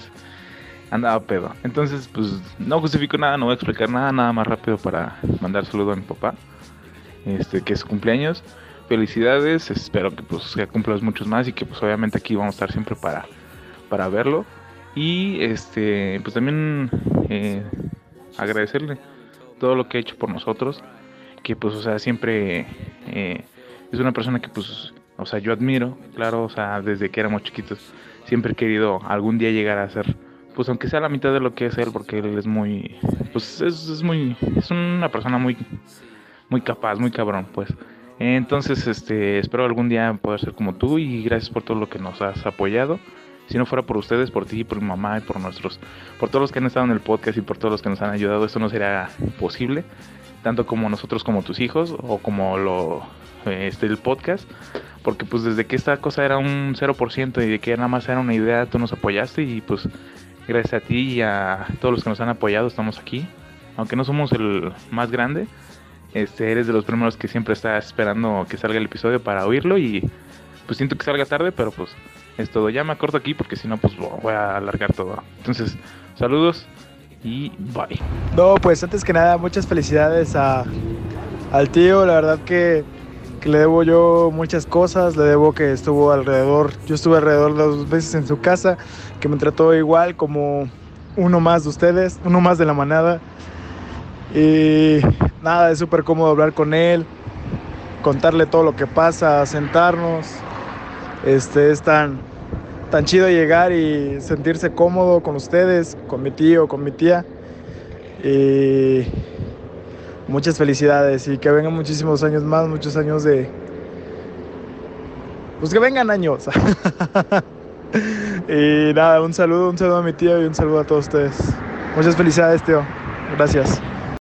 [SPEAKER 4] Andaba pedo. Entonces, pues no justifico nada, no voy a explicar nada, nada más rápido para mandar saludo a mi papá. Este, que es su cumpleaños. Felicidades, espero que pues que cumplas muchos más y que pues obviamente aquí vamos a estar siempre para, para verlo. Y este, pues también eh, agradecerle todo lo que ha hecho por nosotros. Que pues, o sea, siempre eh, es una persona que pues, o sea, yo admiro, claro, o sea, desde que éramos chiquitos. Siempre he querido algún día llegar a ser, pues aunque sea la mitad de lo que es él, porque él es muy, pues es, es muy, es una persona muy, muy capaz, muy cabrón, pues. Entonces, este, espero algún día poder ser como tú y gracias por todo lo que nos has apoyado. Si no fuera por ustedes, por ti, por mi mamá y por nuestros, por todos los que han estado en el podcast y por todos los que nos han ayudado, esto no sería posible, tanto como nosotros como tus hijos o como lo eh, este el podcast, porque pues desde que esta cosa era un 0% y de que nada más era una idea, tú nos apoyaste y pues gracias a ti y a todos los que nos han apoyado estamos aquí. Aunque no somos el más grande, este, eres de los primeros que siempre está esperando que salga el episodio para oírlo y pues siento que salga tarde, pero pues es todo. Ya me acorto aquí porque si no pues bo- voy a alargar todo. Entonces, saludos y bye.
[SPEAKER 1] No, pues antes que nada, muchas felicidades a, al tío. La verdad que, que le debo yo muchas cosas. Le debo que estuvo alrededor, yo estuve alrededor dos veces en su casa, que me trató igual como uno más de ustedes, uno más de la manada. Y nada, es súper cómodo hablar con él, contarle todo lo que pasa, sentarnos. Este es tan, tan chido llegar y sentirse cómodo con ustedes, con mi tío, con mi tía. Y muchas felicidades y que vengan muchísimos años más, muchos años de... Pues que vengan años. y nada, un saludo, un saludo a mi tío y un saludo a todos ustedes. Muchas felicidades, tío. Gracias.